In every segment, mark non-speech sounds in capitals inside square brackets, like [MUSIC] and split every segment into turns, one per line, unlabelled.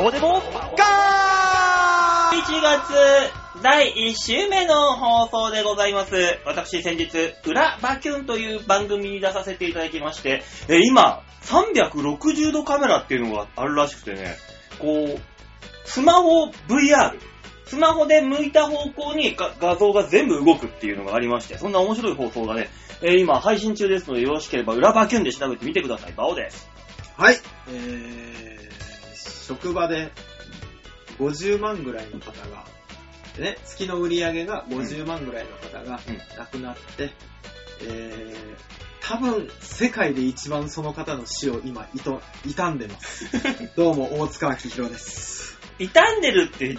オデモガー
1月第1週目の放送でございます。私先日、裏バキュンという番組に出させていただきまして、えー今、360度カメラっていうのがあるらしくてね、こう、スマホ VR。スマホで向いた方向にが画像が全部動くっていうのがありまして、そんな面白い放送がね、えー今配信中ですので、よろしければ裏バキュンで調べてみてください。バオです。
はい。えー、職場で50万ぐらいの方が、ね、月の売り上げが50万ぐらいの方が
うん
亡くなって、えー、多分世界で一番その方の死を今、いと、傷んでます。
[LAUGHS]
どうも、大塚明宏です。
傷んでるって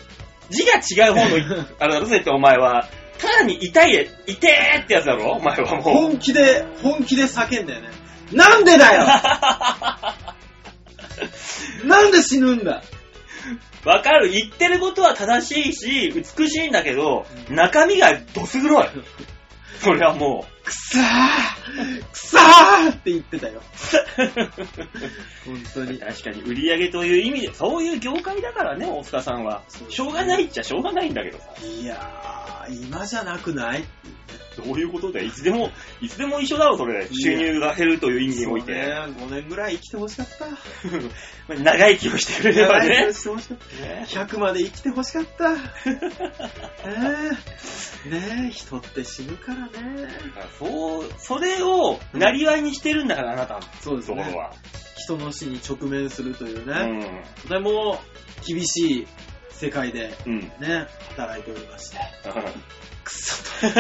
字が違う方の
[LAUGHS]
あれだろ、絶対お前は。ただに痛いで、痛えってやつだろお前はもう。
本気で、本気で叫んだよね。なんでだよなんで死ぬんだ
[LAUGHS] わかる。言ってることは正しいし、美しいんだけど、
うん
中身がどす黒い。それはも
[LAUGHS]
う。
くさーくさーって言ってたよ。本当に。
確かに売り上げという意味で、そういう業界だからね、大塚さんは。しょうがないっちゃしょうがないんだけどさ。
いやー、今じゃなくない
どういうことだよ。いつでも、いつでも一緒だろ、それ。
や
収入が減るという意味に
そ
お
う
い
ね、
て。
5年ぐらい生きてほしかっ
[LAUGHS]
た。
長生きをして [LAUGHS] くれれば
長
ね
生き。してほしかっ
ね
た。100まで生きてほし
[LAUGHS]
かった。えー、ねえ、人って死ぬからね。
そう、それを、なりわいにしてるんだから、あなたの
そうです
ところ
ね。
は。
人の死に直面するという
う
ね、
ん。
とても厳しい世界で
うん。
ね、働いておりまして。
だから
くそと。
さ、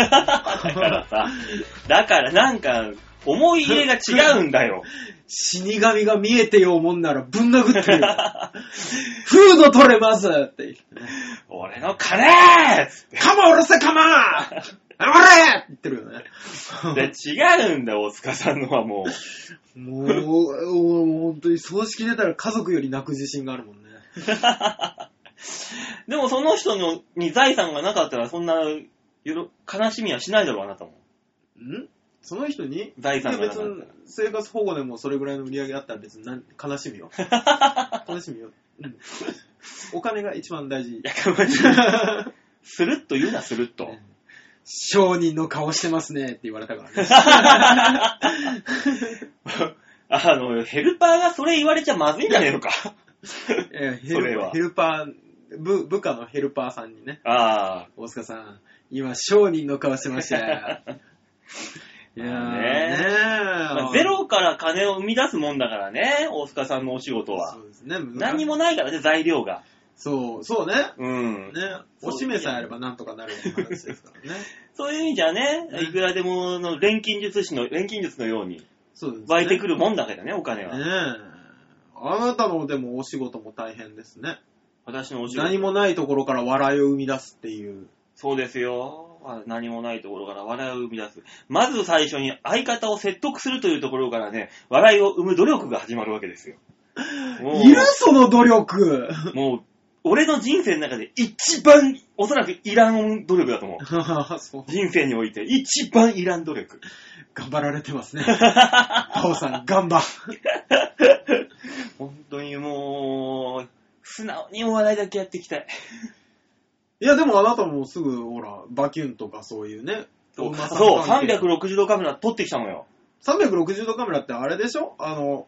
だからなんか、思い入れが違うんだよ。
死神が見えてようもんならぶん殴
[LAUGHS]
ってるよ。フード取れますって言ってね。
俺の金つって
カマおろせカマー黙れって言ってるよね。
で違うんだよ、大塚さんのはもう。
もう、おお本当に葬式出たら家族より泣く自信があるもんね。
でもその人のに財産がなかったら、そんな、よろ悲しみはしないだろう、あなたも。
んその人に
財産
い
が
や
な
別
かっ
に生活保護でもそれぐらいの売り上げだったら別になん悲し
[LAUGHS]
みよ。悲しみよ。うんお金が一番大事。
たら。いや、かまスルッと言うな、スルッと。
[LAUGHS] 商人の顔してますねって言われたから
[LAUGHS]
ね。
あの、ヘルパーがそれ言われちゃまずいんじゃねえの
[LAUGHS]
か。
えヘ
それ
ル
は
ヘルパー部、部下のヘルパーさんにね、
あ
大塚さん、今、商人の顔し
[LAUGHS]
てましたよ。いやー
ねあ、
ねー
まあゼロから金を生み出すもんだからね、大塚さんのお仕事は
そ。うですね。
何に
も。
もないからね、材料が。
そう、そうね。
うん。
ね、
そう
おしめさえあればなんとかなるような話ですか
[LAUGHS]
らね。
そういう意味じゃね、
うん
いくらでもの錬金術師の、錬金術のように
そうですね。
湧いてくるもんだけどね、お金
ねえ
は。。
あなたのでもお仕事も大変ですね。
私のお仕事。
何もないところから笑いを生み出すっていう。
そうですよ。あ何もないところから笑いを生み出す。まず最初に相方を説得するというところからね、笑いを生む努力が始まるわけ
[LAUGHS]
ですよ。もう
いるその努力 [LAUGHS]
もう、俺の人生の中で一番、おそらくいらん努力だと思う。
そう
人生において一番いらん努力。
頑張られてます
[LAUGHS]
ね。パオさん、頑張。
本当にもう、素直にお笑いだけやっていきたい。
いや、でもあなたもすぐ、ほら、バキュンとかそういうね。
そう、
まあ
360度カメラ撮ってきたのよ。
360度カメラってあれでしょあの、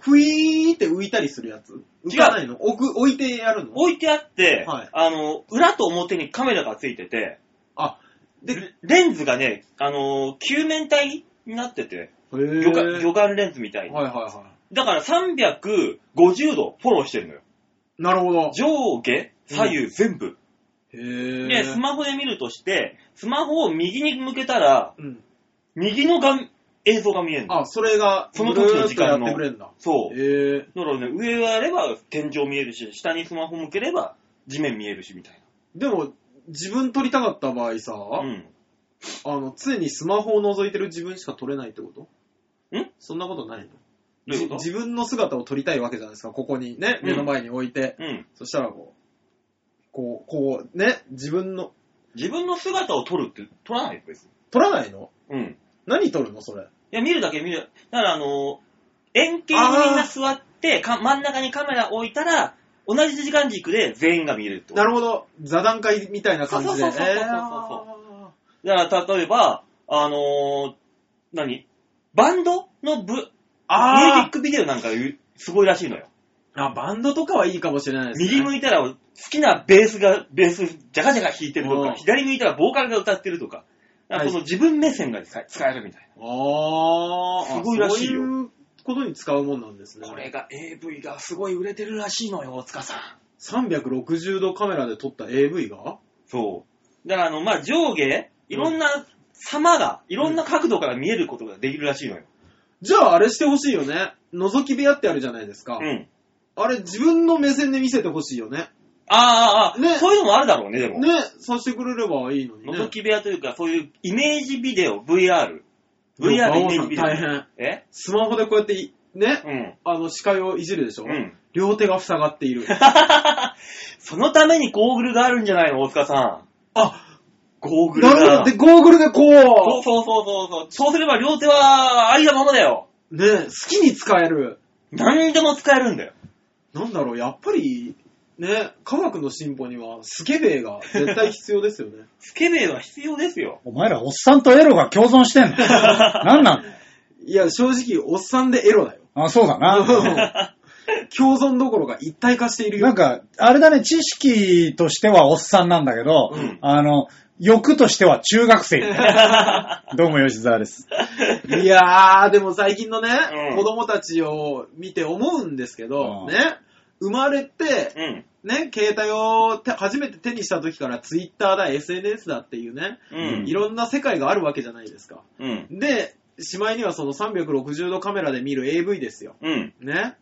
ふいーって浮いたりするやつ浮かないの置く、置いてやるの
置いてあって、
はい
あの、裏と表にカメラがついてて、
あ、で、へ
レンズがね、あの、球面体になってて、
ぇ
魚眼魚眼レンズみたいに。
はいはいは
だから350度フォローしてるのよ。
い。なるほど。
上下、左右、全部。
へぇ
で、スマホで見るとして、スマホを右に向けたら、
うん。
右の画面映像が見えるの。
あ、それが、
その時の時間の
ぐるーっとやってくれんだ。
そう。
へぇ
だからね、上をやれば天井見えるし、下にスマホ向ければ地面見えるし、みたい
でも、自分撮りたかった場合さ、
な。うん。
あの、常にスマホを覗いてる自分しか撮れないってこと
ん
そんなことないの
どういうこと
自分の姿を撮りたいわけじゃないですか、ここにね、
うん
目の前に置いて。
うん。
そしたらこう、こう、こう、ね、自分の、
自分の姿を撮るって撮らないよ、別に。
撮らないの
うん。
何撮るのそれ。
いや、見るだけ見る。だから、あのー円形にみんな座って、か真ん中にカメラ置いたら、同じ時間軸で全員が見れるってこと
なるほど。座談会みたいな感じで。
そうそうそうそうそうそうだから、例えば、あのー、何バンドのブ、ミュージッ
あー
クビデオなんかいうすごいらしいのよ。
あ、バンドとかはいいかもしれないですね。
右向いたら好きなベースが、ベース、ジャカジャカ弾いてると
う
か、
ん
左向いたらボーカルが歌ってるとか、なんか
はい
この自分目線が使え使えるみたい
あーあ、
すごいらしいよ
そういうことに使うもんなんですね
な。。これが AV がすごい売れてるらしいのよ、大塚さん。
360度カメラで撮った AV が
そう。だから、あの、まあ、上下、いろんな様が、いろんな角度から見えることができるらしいのよ。
じゃああれしてほしいよね。覗き部屋ってあるじゃないですか。
うん。
あれ自分の目線で見せてほしいよね。
あーあー、あー
ね
そういうのもあるだろうね、でも。
ね、さしてくれればいいのにね。
覗き部屋というか、そういうイメージビデオ、VR。VR
馬
イ
王
メー
さ
ジ
ん
ビデオ。
大変。
え
スマホでこうやってい、ね、
うん。
あの視界をいじるでしょ。
うん。
両手が塞がっている。
そのためにゴーグルがあるんじゃないの、大塚さん。
[LAUGHS] あ、
ゴーグル
なるほ
が
ど。で、。ゴーグルで
そう
こ
そうそうそうそう。そうすれば両手は、空いたままだよ。
う、ね、好きに使える。
何でも使えるんだよ。
なんだろう、やっぱり、ね、科学の進歩にはスケベが絶対必要ですよね。
スケベは必要ですよ。
お前らおっさんとエロが共存してんのなんなんだよ。
[LAUGHS] いや、正直、おっさんでエロだよ。
あ、そうだな。
[LAUGHS] 共存どころか一体化しているよ。
なんか、あれだね、知識としてはおっさんなんだけど、
うん
あの、欲としては中学生みたいな。どうも吉沢です。
いやー、でも最近のね、
うん
子供たちを見て思うんですけど、
うん
ね、生まれて、
うん。
ね、携帯をて初めて手にした時から Twitter だ、SNS だっていうね、
うん
いろんな世界があるわけじゃないですか。
うん。
で、しまいにはその360度カメラで見る AV ですよ。
うん。
ね。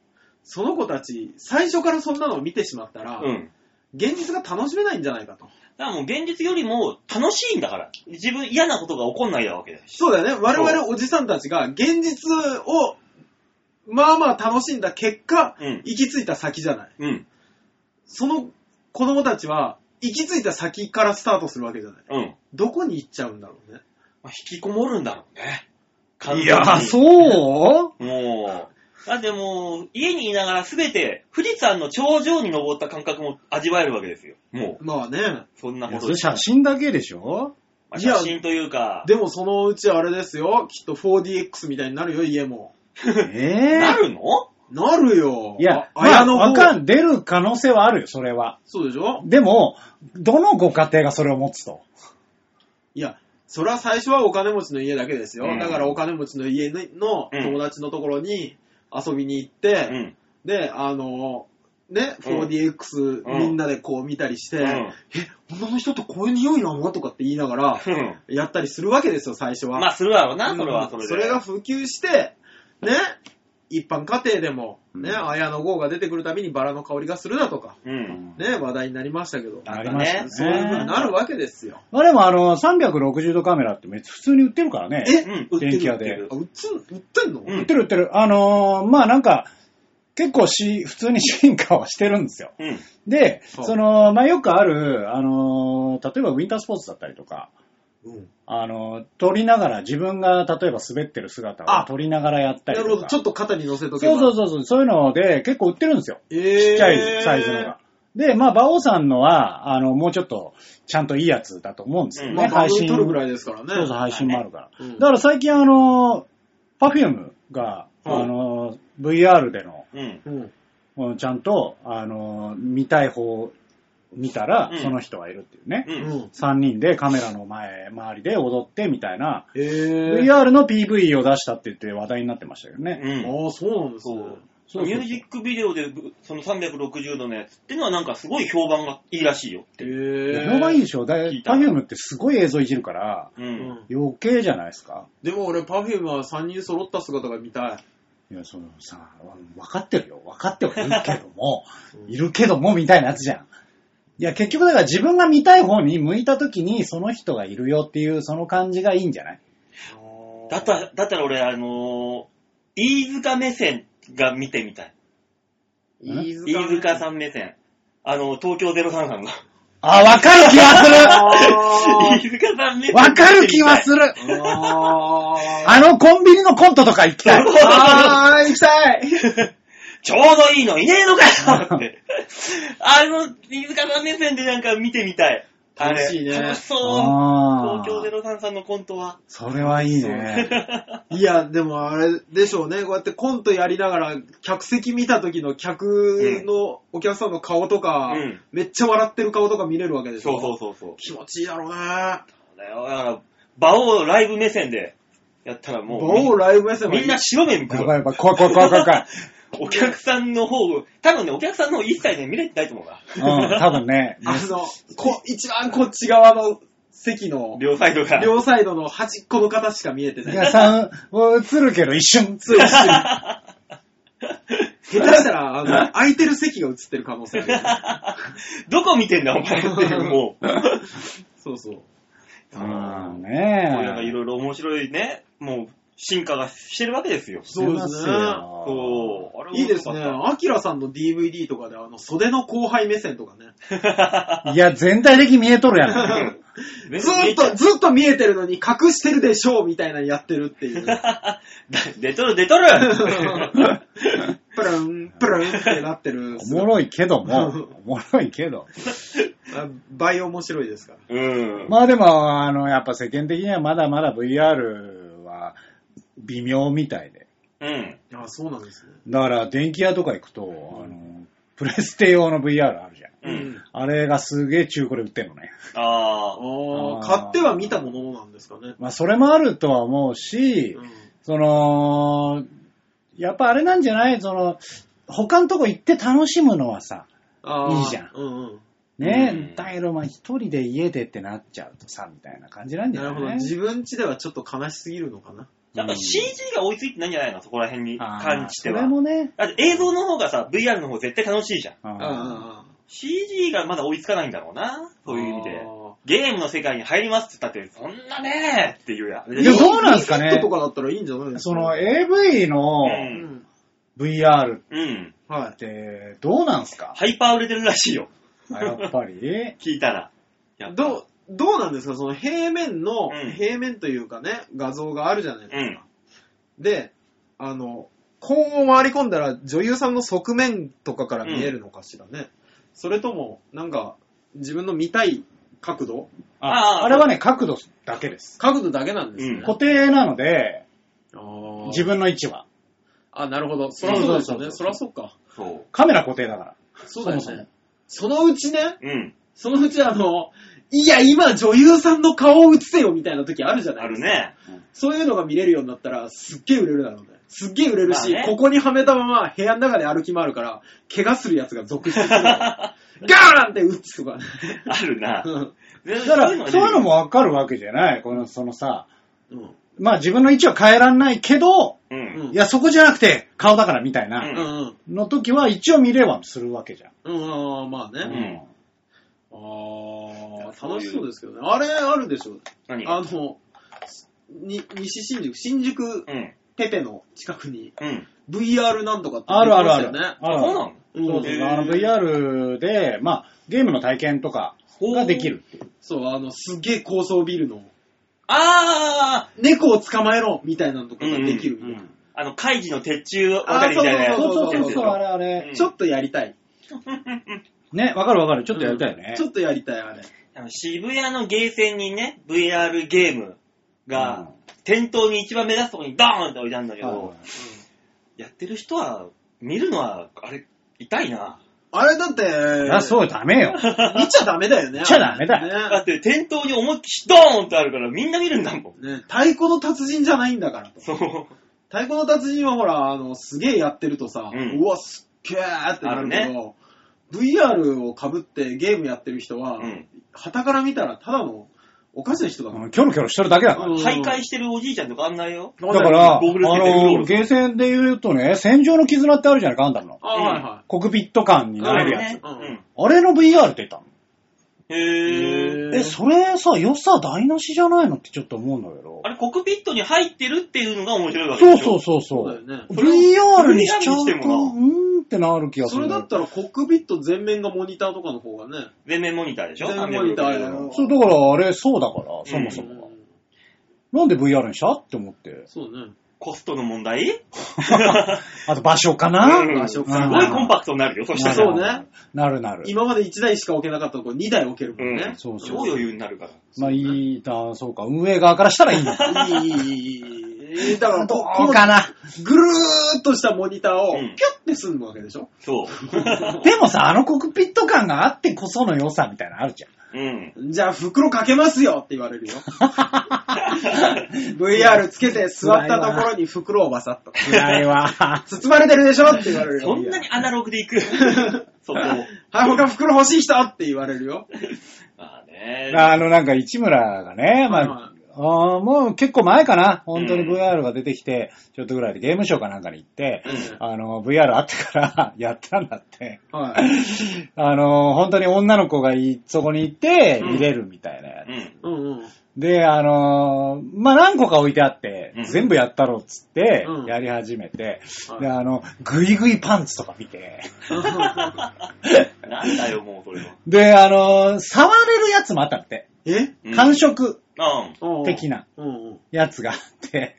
その子たち、最初からそんなのを見てしまったら、
うん。
現実が楽しめないんじゃないかと。
だからもう現実よりも楽しいんだから。自分嫌なことが起こんないわけだし。
そうだよね。我々おじさんたちが現実を、まあまあ楽しんだ結果、
うん
行き着いた先じゃない。
うん。
その子供たちは、行き着いた先からスタートするわけじゃない。
うん。
どこに行っちゃうんだろうね。
まあ引きこもるんだろうね。完全に
いやー、そう
もう、だってもう、家にいながらすべて、富士山の頂上に登った感覚も味わえるわけですよ。も
まあね。
う、そんない
や
こ
そ
と
れ写真だけでしょ
まあ
いや
写真というか、
でもそのうちあれですよ。きっと 4DX みたいになるよ、家も。
え
な
え
るの
なるよ。
いや、
あ綾
まあ、
野剛
わかん、出る可能性はあるよ、それは。
そうでしょ
でも、どのご家庭がそれを持つと。
いや、それは最初はお金持ちの家だけですよ。
うん
だからお金持ちの家の
うん
友達のところに遊びに行って、
うん。
で、あの、ね、
うん
4DX
うん
みんなでこう見たりして、
うん
え、女の人ってこういう匂いなのとかって言いながら、
うん
やったりするわけですよ、最初は。
まあ、するだろうな、
うん
それは、それで。
が、普及して、ね、一般家庭でも、ね、綾野剛が出てくるたびにバラの香りがするだとか、
うん。
ね、話題になりましたけど、
ありましたね。
そういう風になるわけですよ。
まあでもあの、360度カメラってめっちゃ普通に売ってるからね。
え
うん、
売ってる
電気屋
売って
で
る。あ売っつ売ってんの、
うん
売ってる売ってる。あのーまあなんか、結構し、普通に進化はしてるんですよ。
うん。
で、
そう
その、まあよくある、あのー例えばウィンタースポーツだったりとか、
うん
あのー撮りながら、自分が例えば滑ってる姿
あ
を撮りながらやった
な
りと
る
か。
ほど、ちょっと肩に乗せとけば。
そうそうそうそう、そういうので結構売ってるんですよ。
えー
ちっちゃいサイズのが。で、まあ、馬王さんのは、あの、もうちょっと、ちゃんといいやつだと思うんですよね。
うん
まあ、番
配
組
信。
撮るぐらいですからね。
そうそう、配信もあるから。
うん
だから最近、あの、パフュームが、
はい
あの、VR での、
うん。
うん。
うんちゃんと、あの、見たい方を見たら
うん、
その人がいるっていうね。
う。
うんん。
3人でカメラの前、周りで踊ってみたいな、
えー。
VR の PV を出したって言って話題になってましたけどね。
うん。
ああ、そうなんですね。
そうそう
ミュージックビデオで、その360度のやつってのはなんかすごい評判がいいらしいよ。
え
い
ー。
や評判いいでしょ。だ
聞いた
パフュームってすごい映像いじるから、
う。
うんん
余計じゃないですか。
でも俺、パフュームは3人揃った姿が見たい。
いや、そのさ、分かってるよ。分かってはいるけども
う、ん
いるけども、みたいなやつじゃん。いや、結局だから自分が見たい方に向いた時にその人がいるよっていうその感じがいいんじゃない
だったら、だったら俺、あのー、飯塚目線が見てみたい。
飯塚
飯塚さん目線。あの、東京03さんが。
あ、分かる気が
あ
飯塚さん目 [LAUGHS]
する
線。
分かる気はす
る。
る
ー [LAUGHS] あー
あのコンビニのコントとか行きたい
あー行きたい
ちょうどいいのいねえのかよって。あの、飯塚さん目線でなんか見てみたい。あれ
楽しいね
楽しそう。
ああ。
東京03さんのコントは。
それはいいね。
いや、でもあれでしょうね。こうやってコントやりながら、客席見た時の客のお客さんの顔とか、
うん
めっちゃ笑ってる顔とか見れるわけでしょ。う。
そうそう。
気持ちいいだろうな
だよだから、場をライブ目線でやったらもう、
某ライブ目線
みんな白目向く
やばい
わ
やばい、怖い怖い怖い怖い怖い。
お客さんの方を、多分ね、お客さんの方一切ね、見れてないと思うな。
うん、多分ね。
あの、こ、一番こっち側の席の、
両サイドが。
両サイドの端っこの方しか見えて
い
ない。
や、さん、映るけど一瞬。
つい一瞬下手したら、あの、空いてる席が映ってる可能性あるよね。
どこ見てんだ、お前っていう、もう。
そうそう。
うん、
こういうのがい
ねえ。
ろいろ面白いね、もう、進化がしてるわけですよ。
そうですね
そう。あれ
いいですね。
面
アキラさんの DVD とかで、あの、袖の後輩目線とかね。
白かった。
いや、全体的に見えとるやん。
ずーっと、ずーっと見えてるのに隠してるでしょうみたいなのやってるっていう。
出とる出とる
プルン、プルンってなってる。
おもろいけども、おもろいけど。
あ倍面白いですから。
うん。
まあでも、あの、やっぱ世間的にはまだまだ VR は微妙みたいで。
うん。
あそうなんですね。
だから、電気屋とか行くと、あの、プレステ用の VR あるじゃん。
うん。
あれがすげえ中古で売ってんのね。
ああ。
あ
あ
あ、
ー
買っては見たものなんですかね。
まあ、それもあるとは思うし
う、ん
その、やっぱあれなんじゃないその、他のとこ行って楽しむのはさ、
あー
いいじゃん
うんうん。
ね、
うん
だけどまあ一人で家でってなっちゃうとさ、みたいな感じなんじゃ
な
な
る
い
ほど。自分家ではちょっと悲しすぎるのかな。
なんか CG が追いついてないんじゃないのそこら辺に
あー
感じて
そ
は
れ。もね、
だって映像の方がさ、VR の方絶対楽しいじゃん。
あー
あ
CG がまだ追いつかないんだろうな。
あ
そういう意味で
あ。ー
ゲームの世界に入りますって言ったって、そんなねーっていうやん。
いやどうなんすかね
DVD とかだったらいいんじゃないですか。
その AV
う
の
うんん。
VR っ
うん。
はい。
てどうなん
[LAUGHS]
すか
ハイパー売れてるらしいよ。
やっぱり。
聞いたら。やっぱ
どう、どうなんですかその平面の、
うん
平面というかね、画像があるじゃないです
う
か。
ん。
で、あの、今後回り込んだら女優さんの側面とかから見えるのかしらね。それとも、なんか、自分の見たい角度
あー
ああれはね、角度だけです。
角度だけなんです
うん
ね。
固定なので、
あー
自分の位置は。
あ、なるほど。そらそうですよ
そうそうそうそう
ね。そらそうか。
そ
カメラ固定だから。
そうだよね。
そもそも
そのうちね、
う。うん。
そのうちあの、いや、今女優さんの顔を映せよみたいな時あるじゃな
あ
い
る
ですか。
[LAUGHS]
ね。
そういうのが見れるようになったら、すっげえ売れるだろうね。すっげえ売れるし、
まあね
ここにはめたまま部屋の中で歩き回るから、怪我するやつが続出するだろう。ガーンって打つとかね。
あるな。だ
だから、そういうのもわかるわけじゃないこの、そのさ、
うん。
まあ自分の位置は変えらんないけど、
う。
うんん。
いや、そこじゃなくて顔だからみたいな、
うん
うんうん。
の時は一応見れはするわけじゃん。
うん、うん、まあ
う
ね。
ん
あ
そ
あ、
ういう
楽しそうですけどね。あれ、あるでしょ。
何が
あの、に西新宿、新宿
うん。
テテの近くに
うん。
VR なんとかって
あるあるあ
り
る。
ますよね
ある
そうなの
うん
そうそう
へー
あの VR で、まあ、ゲームの体験とかができるっていう。
そう、あの、すっげえ高層ビルの、
あ
猫を捕まえろみたいなのとかができるみたいな。
うん
ーあの、怪事の鉄柱渡りみたいなやつ。
あー
そうそ
そう
う
そ
そ
う
う
そ
そうう、あれあれ。
ちょっとやりたい。
ね、わかるわかる。ちょっとやりたいよね。
ちょっとやりたい、あれ。
あの渋谷のゲーセンにね、VR ゲームが、店頭に一番目立つところにドーンって置いてあるんだけ
うん
ど、やってる人は、見るのは、あれ、痛いな。
あれだって、
あ、そう、ダメよ。
見ちゃダメだよね。
見ちゃダメだよ
だって店頭に思いっきりドーンってあるから、みんな見るんだもん。
ねね太鼓の達人じゃないんだからと。
そう。
太鼓の達人はほら、あの、すげえやってるとさ、
う
うんわ、すっげーってなるけど、VR を被ってゲームやってる人は、
うん
旗から見たらただのおかしな人だもん。
うんキョロキョロしてるだけだか
う
ら。
ん
徘徊してるおじいちゃんとかあんないよ。
だから、あ
ゴーグルつけてうろうろ
の、ゲーセンで言うとね、戦場の絆ってあるじゃないガンダムの。
あ、はいは
コクピット感に
あ
な
あ
れ
る
る
よ
や
ね
つ。。
う
うん
ん。
あれの VR って言ったの。
い。
へー。
え、それさ、良さ台無しじゃないのってちょっと思うんだけど
あ。れ、コクピットに入ってるっていうのが面白いわけ
そ
で
う
しょ
そうそうそ
そうだよね。
う。
それを
VR にしちゃうと、
VR にし
う
てもな
ーんってなる気がす
そ
る
れ
ん
だ
よ。
ったらコックピット全面がモニターとかの方がね。
全面モニターでしょ
全面モニターだよ
そう、だからあれ、そうだから、そもそもが。
うん
なんで VR にしたって思って。
そうね。
コストの問題
あと場所かな、
うん
あ
す
そ
ご
っか
いコンパクトになるよ、そした
そ
ら。
うね。
なるなる。
今まで1台しか置けなかったところ2台置けるも
うんん
ね。
そうそう
超余裕になるから。
まあ、いいだ、そうか、運営側からしたら
[LAUGHS]
いいんだ。
いい、いい、いい。だから、
ど
ここ
うかな。
のぐるーっとしたモニター
う
をピュ
ん
ッてすんのわけでしょ
そう。
でもさ、あのコクピット感があってこその良さみたいなのあるじゃん。
うん。
じゃあ、袋かけますよって言わ
[LAUGHS]
れるよ。VR つけて座ったところに袋をバサッと。
辛いわ。
包まれてるでしょって言われるよ。
そんなにアナログでい
[LAUGHS]
くそこ。
はい、他袋欲しい人って言われるよ。
まあね。
[LAUGHS] あの、なんか市村がね、ま
は
あ
いはい、
あーもう結構前かな。本当に
うん
VR が出てきて、ちょっとぐらいでゲームショーかなんかに行って、
う
あの、VR あってから [LAUGHS] やったんだって。
はい。
あの、本当に女の子がいそこに行って、
うん
見れるみたいなやつ。
うん。
うんうん。
[LAUGHS]
で、あのーまあ、何個か置いてあって、
うん
全部やったろっつって
うん、
やり始めて、
はい
で、あの、グイグイパンツとか見て、
なんだよ、もうそれは。
で、あのー触れるやつもあったって、
え
うん
感触
うん。
的な
うんうん。
やつがあって、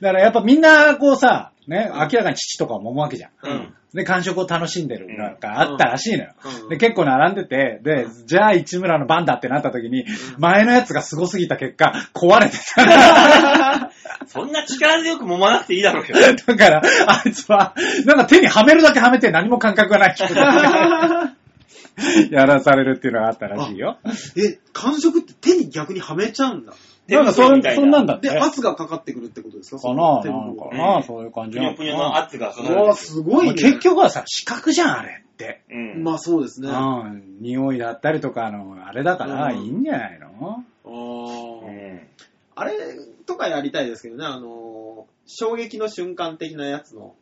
だからやっぱみんなこうさ、ね、明らかに父とかも揉むわけじゃん。
うん。
で、感触を楽しんでるなんかあったらしいのよ。
うん
で、結構並んでて、で、じゃあ市村の番だってなった時に、前のやつが凄すぎた結果、壊れてた。
そんな力強く揉まなくていいだろう
[LAUGHS]
よ。
[LAUGHS] だから、あいつは、なんか手にはめるだけはめて何も感覚がない人だやらされるっていうのがあったらしいよ。
え、感触って手に逆にはめちゃうんだ。
なんかそ
手袋
ん
みたいな
そんなんだって。
で、
かな
圧がかかってくるってことですか
なな
手の
ん
方
か
が
な、
うん
そういう感じ
ぷ
な
にょ
のか
ぷに
な
ょの圧がかかるん
うわ、
ですよ。
すごいね。
まあ結。局はさ、視覚じゃん、あれって。
うん。
まあそうですね。あ
うん。匂いだったりとかの、あれだから、
うん
いいんじゃないの
う
ー
ん。
あれとかやりたいですけどね、あのー、衝撃の瞬間的なやつの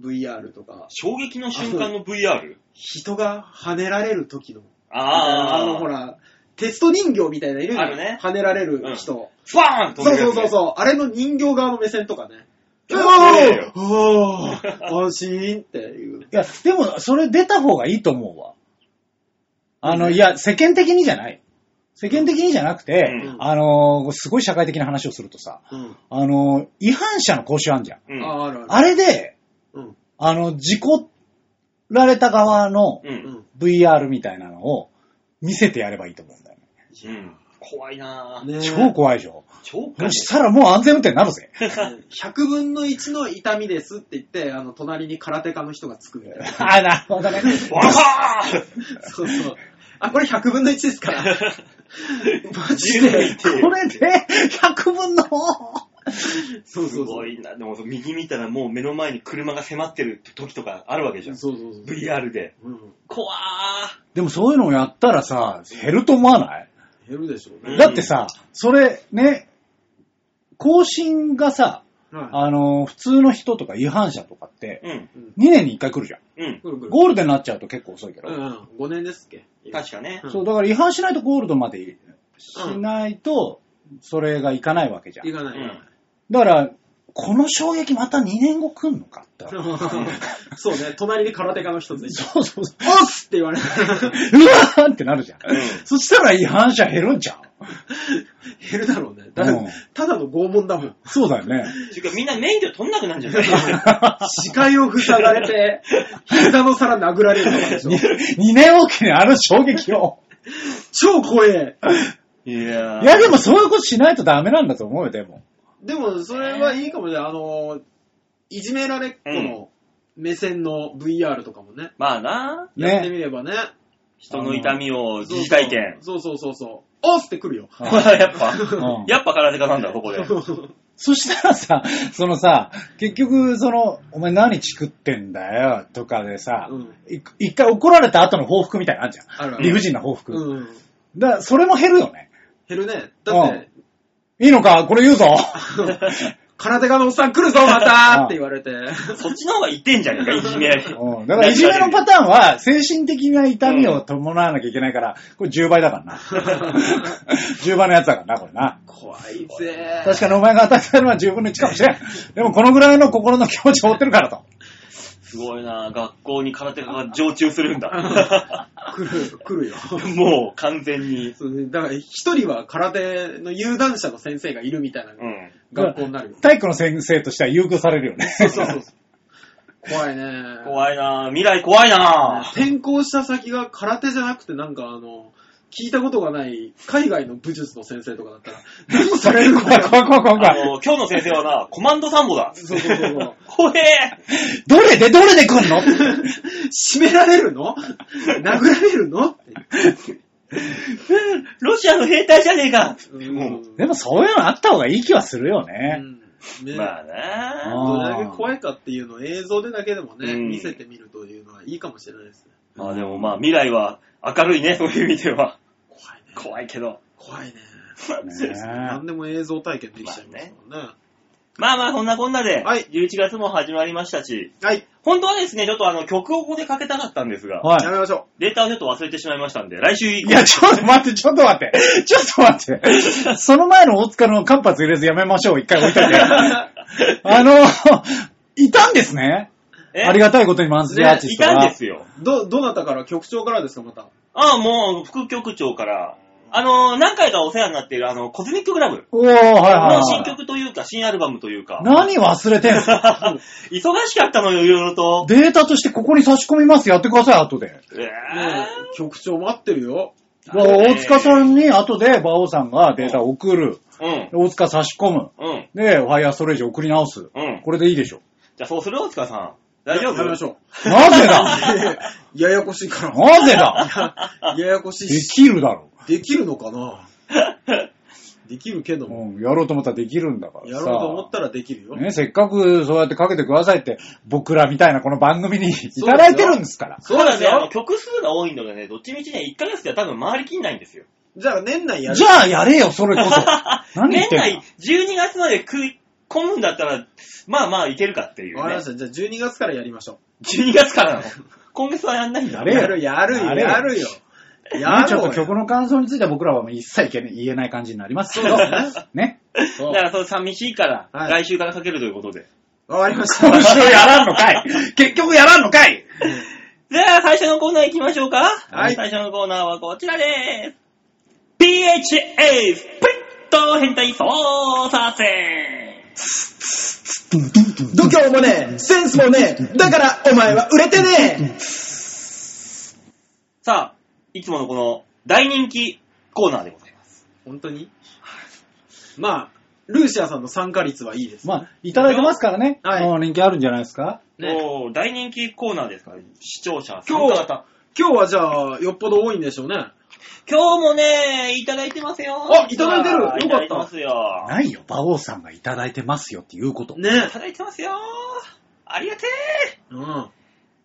VR とか、
衝撃の瞬間の VR?
人が跳ねられる時の、
あー。
あの、ほ。ら、テスト人形みたいなのいるじゃん
あるね
跳ねられる人。
ファーン
そうそうそう
う。
そう、あれの人形側の目線とかね。
うわー
うわー安心っていう。
いや、でも、それ出た方がいいと思うわ。あの、いや、世間的にじゃない。世間的にじゃなくて、
うん
あの、すごい社会的な話をするとさ、
うん。
あの、違反者の講習あんじゃん。
うん。
あ、あるある。
あれで、
うん。
あの、事故られた側の
う。
うんん。
VR みたいなのを見せてやればいいと思うんだよね。
うん。怖いなぁ。
ね
超怖いでしょ。
超
そ
怖い。
したらもう安全運転になるぜ。
100分の1の痛みですって言って、あの、隣に空手家の人がつくみたいな。
[LAUGHS] あ、なるほ [LAUGHS] どね。
わかー
そうそう。あ、これ100分の1です
[LAUGHS]
から。マジ
十分い
で
っ。
[LAUGHS]
てる
これで、100分の
そう
す
そうそ
ご
う。
いな。でも、右見たらもう目の前に車が迫ってる時とかあるわけじゃん。
そうそうそう。
VR で。
うん。
怖
でもそういうのをやったらさ、減ると思わない
減るでしょうね。
だってさ、それね、更新がさ、
は
あの、普通の人とか違反者とかって
ー。、うん。
2年に1回来るじゃん。
うん
い。。くるくる。
ゴールデンになっちゃうと結構遅いけど。
うんうん。5年ですっけ
確かね。
そう、だから違反しないとゴールドまでしないと、それがいかないわけじゃん。
行かない行
だから、この衝撃また2年後来んのかって。
かない。 [LAUGHS] そうね、隣に空手家の人ついて。
そうそうそう。
おっすって言 [LAUGHS] われる。
うわーってなるじゃん。
ん
そしたら違反者減るんじゃん。
減るだろうね。だって
うん
ただの拷問だもん。
[LAUGHS] そうだよ
[LAUGHS]
ね。
ていうか、みんな免許取んなくなるんじゃない
視界を塞がれて、膝の皿殴られるとかで
[LAUGHS]
しょ
2。年おきにあの衝撃を。
超怖え。
いや
いやでもそういうことしないとダメなんだと思うよ、でも。
でも、それはいいかもね。あの、いじめられっ子の目線の VR とかもね。
まあな
やって
ね。
みればね。
人の痛みを疑似体験。
そうそうそうそう。おっすって来るよ。
う
[LAUGHS]
ん
やっぱ
うん、
やっぱ空手家なんだ、こ
[LAUGHS]
こで。
そしたらさ、そのさ、結局、その、お前何チクってんだよ、とかでさ、
うん
い一回怒られた後の報復みたいなのあるじゃん。
あるあ
理
る。
不尽な報復。
うん。
だからそれも減るよね。
減るね。だって、
いいのかこれ言
[LAUGHS]
うぞ
空手家のおっさん来るぞ、またって言われて。
そっちの方がいてんじゃねえか、いじめ。
うんだからいじめのパターンは精神的な痛みを伴わなきゃいけないから、これ10倍だからな。10倍のやつだからな、これな。
怖いぜ。
確かにお前が与えたのは10分の1かもしれん。でもこのぐらいの心の気持ちを負ってるからと。
すごいな学校に空手家が常駐するんだ。 [LAUGHS]
来る、来るよ。
もう完全に。
そうねだから、一人は空手の有段者の先生がいるみたいな
うん。
学校にな
[LAUGHS]
るよ。
体育の先生としては優遇されるよね。
そうそうそうそう。怖いね。
怖いな未来怖いな
転校した先が空手じゃなくてなんかあの、聞いたことがない海外の武術の先生とかだったら、何されるの
怖
か
い
よ。
怖い怖い怖い
あ
怖い。
の、今日の先生はな、コマンドサンボだ。
そうそうそうそう。
怖え
どれでどれで来ん
[LAUGHS]
の
締められるの殴られるのって。
ロシアの兵隊じゃねえか
うん
でもそういうのあった方がいい気はするよね。
うんね
まあね
あ
どれだけ怖いかっていうのを映像でだけでもね、
うん
見せてみるというのはいいかもしれないですね。
まあでもまあ未来は明るいね、そういう意味では。
怖いね。
怖いけど。
怖いね。
ね
何でも映像体験できちゃいますもんね。
まあまあそんなこんなで、
はい
11月も始まりましたし、
はい、
本当はですね、ちょっとあの曲をここでかけたかったんですが、
や
は
めましょ
データをちょっと忘れてしまいましたんで、来週以
い。
降
いや、ちょっと待って、ちょっと待って。ちょっと待って。その前の大塚の間髪入れずやめましょう。一回置いと
[LAUGHS]
いて。あの、いたんですね。
え
ありがたいことにマンスリーアーティ
い
ストが。
たんですよ。
う。ど、どなたから局長からですか、また。
ああ、もう副局長から、あのー何回かお世話になっているあの、コズミッククラブ
おー、はいはい
の新
はい。
曲というか、新アルバムというか、
何忘れてんすか
[LAUGHS] 忙しかったのよ、いろいろと。
データとしてここに差し込みます。やってください、後で。
え
ねえ局長待ってるよ。
まあ大塚さんに後で馬王さんがデータ送る。
ーうん、
大塚差し込む。
うん、
で、ファイアストレージ送り直す。
うん。
これでいいでしょ。
じゃあそうする大塚さん。大丈夫
やめましょう。
な
[LAUGHS]
ぜだ
[LAUGHS] ややこしいから。
なぜだ [LAUGHS]
ややこし
で
いし、
きるだろ
できるのか
[LAUGHS]
なできるけど
う。
も、
うん、やろうと思ったらできるんだからさ。
やろうと思ったらできるよ。
ね、せっかくそうやってかけてくださいって、僕らみたいなこの番組にいただいてるんですから。
そ
そう
う
だ
です
ね、あの
よ。
曲数が多いのでね、どっちみちね、1ヶ月では多分回りきんないんですよ。
じゃあ年内やる。
じゃあやれよ、それこ [LAUGHS] そ。何言
年
ってん
内
の
12月まで食い込むんだったら、まあまあいけるかっていう
わかり
ね
まし。た。じゃあ12月からやりましょ
12月からなの。今月はやんないんだ
や
う。
れよ
やる、やるよ、
やれよ
やるよ。や
ね、ち
ろう
ょっ
よ
と曲の感想については僕らはもう一切言え言えない感じになりますけど、ね。
だ
そう
からそう寂しいから、
は
来
い
週からかけるということで。
わかりまし
今
た。
週やらんのかい結局やらんのかい
じゃあ最初のコーナー行きましょうか。
はい
最初のコーナーはこちらでーす。PHA スプリット変態操作戦
度胸もねえ、センスもねえ、だからお前は売れてね
さあ、いつものこの大人気コーナーでございます。
え本当にまあ、ルーシアさんの参加率はいいです。
まあ、いただいてますからね。
はい
もう人気あるんじゃないですか。
ね、
もう大人気コーナーですから、視聴者参
今
加
日
型。
今日はじゃあ、よっぽど多いんでしょうね。
今日もね、いただいてますよ。
あいただいてるよかった
いただいてますよ。
ないよ、馬王さんがいただいてますよっていうこと。
い
ね
ただいてますよ。ありがてえ。
うん。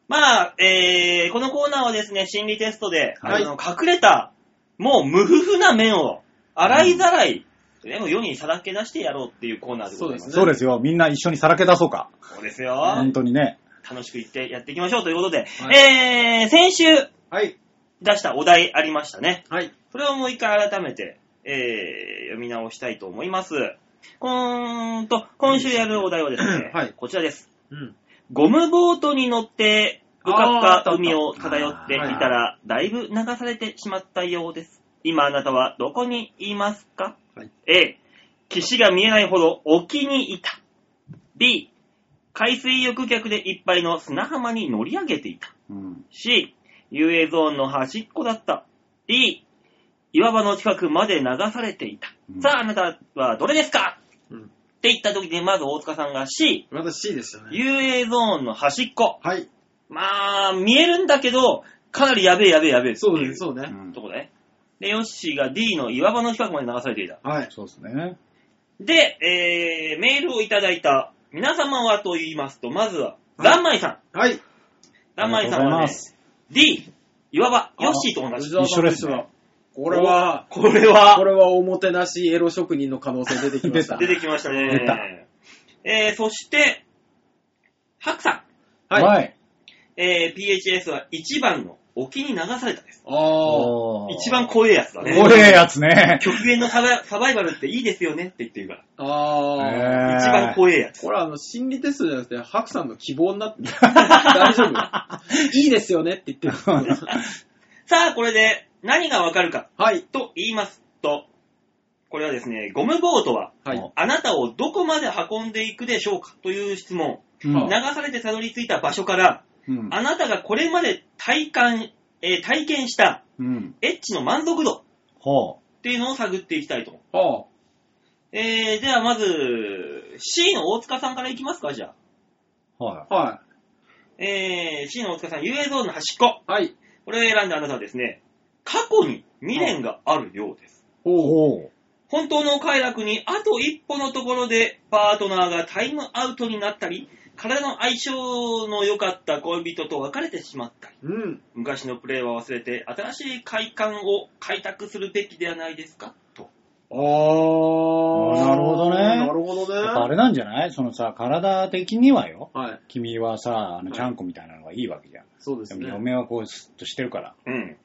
まあ、えー、このコーナーはですね、心理テストで、
はい
あの隠れた、もう無夫婦な面を、洗いざらい、でも世にさらけ出してやろうっていうコーナーでございます。
ね
そうですよ、みんな一緒にさらけ出そうか。
そうですよ。
本当にね。
楽しくいってやっていきましょうということで、
はい
えー、先週
はい。
出したお題ありましたね。
はい。、
それをもう一回改めて、えー、読み直したいと思います。うーんと、今週やるお題はですね
はい
こちらです。
うん。
ゴムボートに乗って、ぶ
あーあ
か
っ
ぶ
たあ
か
った
海を漂っていたら、だいぶ流されてしまったようです。今あなたはどこにいますか、
はい
?A、岸が見えないほど沖にいた。B、海水浴客でいっぱいの砂浜に乗り上げていた。
うん。
C、遊泳ゾーンの端っこだった。D、岩場の近くまで流されていた。
うん
さあ、あなたはどれですか
うん。
って言った時に、まず大塚さんが C、
私 C でしたね。
遊泳ゾーンの端っこ。
はい。
まあ、見えるんだけど、かなりやべえやべえやべえ。
そうね、そう
う
ね。
ん
とこだね。で、ヨッシーが D の岩場の近くまで流されていた。
はい。
そうですね。
で、えー、メールをいただいた皆様はと言いますと、まずは、ランマイさん。
はい。
ランマイさんは
ありがとうございま
ね、
す
D、岩場、ヨッシーと同じ。
一緒ですね。
これは、
これは
こ、れはおもてなしエロ職人の可能性出てきました。
出てきました
[LAUGHS] 出た
ね。えー、そして、ハクさん。
はい。
はい。
えー、PHS は1番の沖に流されたです。
ああ。
おー
一番怖いやつだね。
怖えやつね。
極限のサバサバイバルっていいですよねって言ってるか
ああ。
ら。一番怖えやつ。
これあの、心理テストじゃなくて、ハクさんの希望にな
[LAUGHS]
ってる大丈夫いいですよねって言ってる。
さあ、これで何がわかるか
はい。
と言いますと、これはですね、ゴムボートは
はい。
あなたをどこまで運んでいくでしょうかという質問。
うん
流されてたどり着いた場所から、
うん
あなたがこれまで体感、えー体験した
うん。
エッチの満足度
ほ
っていうのを探っていきたいと思う。
は
えー、ではまず、C の大塚さんからいきますか、じゃあ。
う。は
あ。は
えー、C の大塚さん、遊泳ゾーンの端っこ。
い。はい。
これを選んだあなたはですね、過去に未練があるようです。
い。
ほう。
ほう。
本当の快楽にあと一歩のところでパートナーがタイムアウトになったり、体の相性の良かった恋人と別れてしまったり、
うん。
昔のプレーは忘れて新しい快感を開拓するべきではないですかと。
ああ。
なるほどね
なるほどね。
やっぱあれなんじゃないそのさ、体的にはよ。
はい。
君はさ、あ
は
の、
い
ちゃんこみたいなのがいいわけじゃん。
そうで
ですも、
ね。
嫁はこう、スッとしてるから。
うん。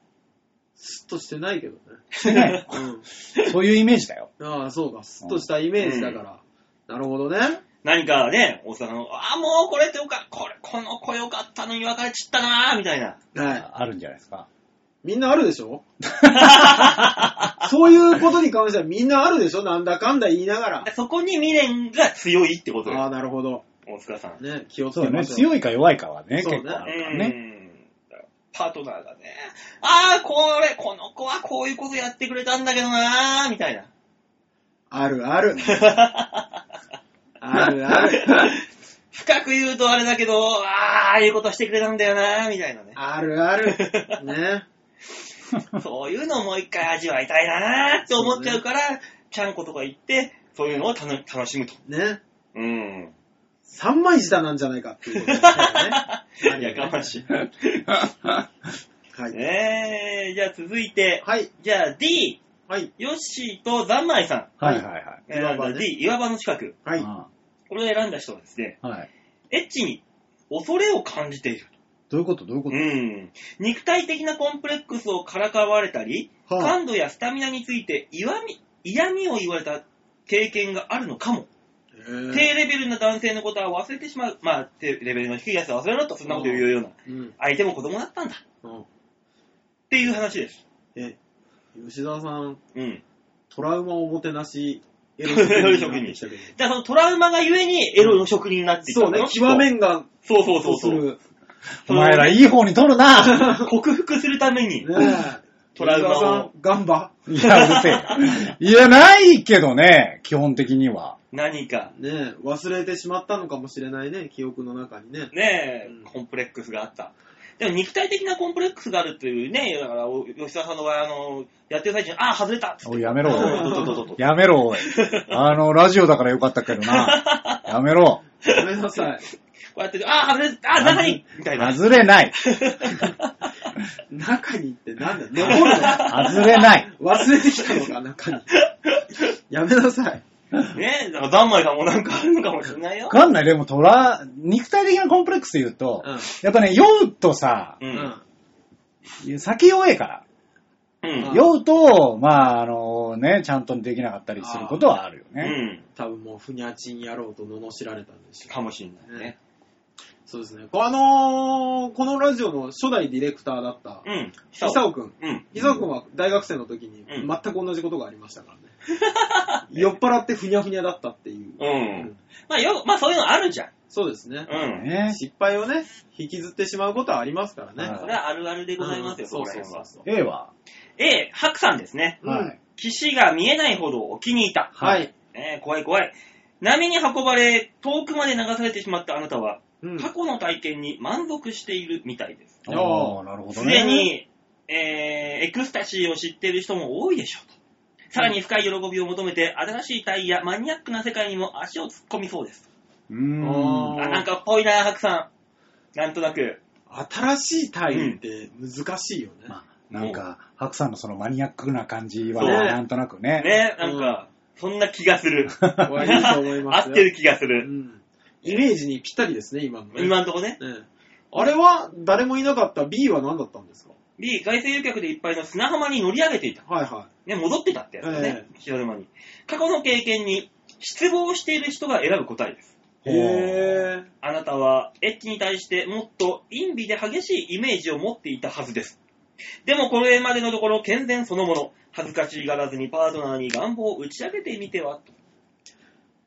スッとしてないけどね。
してない。
うん。
[LAUGHS] そういうイメージだよ。
ああ、そうか。スッとしたイメージだから。なるほどね。
何かね、大阪の、ああ、もうこれってよかった、これ、この子よかったのに別れちったなーみたいな。
はい。
あるんじゃないですか。
みんなあるでしょそういうことに関してはみんなあるでしょなんだかんだ言いながら。
でそこに未練が強いってこと
あ
よ、
あ、なるほど。
大塚さん。
ね、気をつ
そう
け
だ
ま
ね。
しょう。
強いか弱いかはね、
そうね
結構あるからね。
ね。パートナーがね、ああ、これ、この子はこういうことやってくれたんだけどなーみたいな。
あるある。あるある。
[LAUGHS] 深く言うとあれだけど、ああ、ああいうことしてくれたんだよなーみたいなね。
あるある。ね。
そういうのをもう一回味わいたいなーって思っちゃうから、ちゃんことか行って、そういうのを楽楽しむと。
ね。
うん。
三枚舌なんじゃないかっていうことですからね。
やかま [LAUGHS] しい。
はい。
えー、じゃあ続いて、
はい。
じゃあ D、
はい。
ヨッシーとザンマイさ
はいはいはい。
ん。選ん
岩場
だ
ね
D、岩場の近く。
はい。
あ
これを選んだ人はですね、
あはい。
エッチに恐れを感じている。
どういうことどういうこ
う
と
ん。肉体的なコンプレックスをからかわれたり、
はあ
感度やスタミナについて嫌み嫌味を言われた経験があるのかも。
えー
低レベルな男性のことは忘れてしまう。まあ、低レベルの低いやつは忘れろと、そんなこと言うような。
うん。
相手も子供だったんだ。っ
うん
ていう話です。
え、吉沢さん、
うん。
トラウマおもてなし、エロ職人になってきたけど。
だからそのトラウマがゆえにエロの職人になっていった
[LAUGHS] そうね、極めんが、
そうそうそ
そ
そ
ううす
う。
る。
お前らいい方に取るな
克服するために。
ね [LAUGHS] え。
トラウマを
吉沢さん、ガンバ。
いや、うるせえ。いや、ないけどね、基本的には。
何か。
ねえ、忘れてしまったのかもしれないね、記憶の中にね。
ねえ、
うん
コンプレックスがあった。でも肉体的なコンプレックスがあるっていうね、だから、お吉田さんの場合、あの、やってる最中に、ああ、外れたっつっ
お
て。
い、やめろ、
そうそうそう
お
そう
い。やめろ、おい。あの、ラジオだからよかったけどな。やめろ。
ごめんなさい。
こうやって、ああ、外れた、ああ、中にみたいな。
外れない。
[LAUGHS] 中にってなんだよ残るの
外れない。
[LAUGHS] 忘れてきたのか、中 [LAUGHS] に。やめなさい。
ねえ、だから、三枚さんもなんかあるのかもしれないよ
わ。かんない。でも、トラ、肉体的なコンプレックスで言うと、
うん
やっぱね、酔うとさ
う、。
うんん。
酒弱えから。
う
あ
ん。
酔うと、まあ、あのね、ちゃんとできなかったりすることはあるよ
う
ね。
ん。
多分もう、ふにゃちん野郎と罵られたんでしょう。
かもしれないね。
そうですね。こあのー、このラジオの初代ディレクターだった、
うん。
久
久男
尾くん。
うん。
久尾くんは大学生の時に
うん
全く同じことがありましたから [LAUGHS] ね。酔っ払ってふにゃふにゃだったっていう。
う
うんん。
まあ、よ、まあ、そういうのあるじゃん。
そうですね。
うん。
ね
失敗をね、引きずってしまうことはありますからね。
は
それはあるあるでございますよ、
うんそう
こ
そ
ら
う
辺
そう
は。
そう。
A は、
A、ハクさんですね。
うん
はい。
岸が見えないほどお気に入った。
は
はいい。
ねえ、怖い怖い。波に運ばれ、遠くまで流されてしまったあなたは、
うん
過去の体験に満足しているみたいです。
う
あ
ん
あ、なるほど
す
ね。
でに、えーエクスタシーを知っている人も多いでしょうと。さらに深い喜びを求めて、新しいタイヤ、マニアックな世界にも足を突っ込みそうです。
うー
あ
ん。
ー
あ、なんかっぽいな、ハクさん。なんとなく。
新しい単位って難しいよね。
まあ、なんか、白さんのそのマニアックな感じは、
そう
なんとなく [LAUGHS] ね。
ね、なんか、そんな気がする。
これはいいと思い
[LAUGHS]
ま
合
す
っ
[LAUGHS] よ。
てる気がす
う
る。
ん。イメージにぴったりですね、今のね。
今んとこね。
ええあれは誰もいなかった B は何だったんですか
B、外星誘客でいっぱいの砂浜に乗り上げていた。
はいは
ね、戻ってたってやつだね、知らぬ間に。過去の経験に、失望している人が選ぶ答えです。
い。へぇ
あなたはエッチに対してもっと陰微で激しいイメージを持っていたはずです。でもこれまでのところ健全そのもの。恥ずかしがらずにパートナーに願望を打ち上げてみては。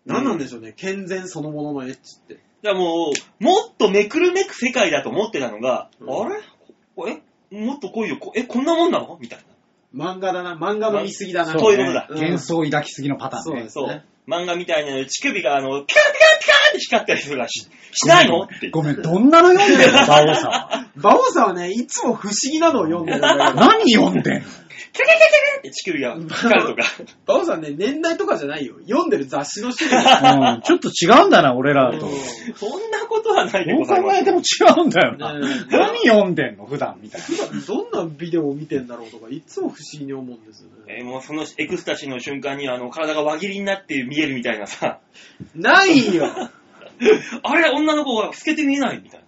何なんでしょうね、健全そのもののエッチって。
じゃあもう、もっとめくるめく世界だと思ってたのが、
うん
あれこえもっと来いよ。こえ、こんなもんなのみたい
漫画だな、漫画の見過ぎだな。
そういうことだ
うん
幻想を抱きすぎのパターン
そう
ね
な。。
です
そう。
ね
漫画みたいな乳首があの、ピカンピカンピカンって光ったりするらしい。しないのって。
ごめん、どんなの読んでんのバオさんは。
バオさんはね、いつも不思議なのを読んでる [LAUGHS] んだけど、
何読んでん
キャキャキャキャ
の
キャって乳首が光るとか。
[LAUGHS] バオさんね、年代とかじゃないよ。読んでる雑誌の種類。
[LAUGHS] うんちょっと違うんだな、俺らと。ど
う
そんなことはないで
う
ございま
考え
す
て。も違うんだよな。
ねえ
何読んでんの、普段みたいな。
んどんなビデオを見てんだろうとか、いつも不思議に思うんですよ
え
ね。
ーもうそのエクスタシーの瞬間にあの体が輪切りになって見えるみたいなさ、
ない
[LAUGHS]
よ
あれ女の子が透けて見えないみたい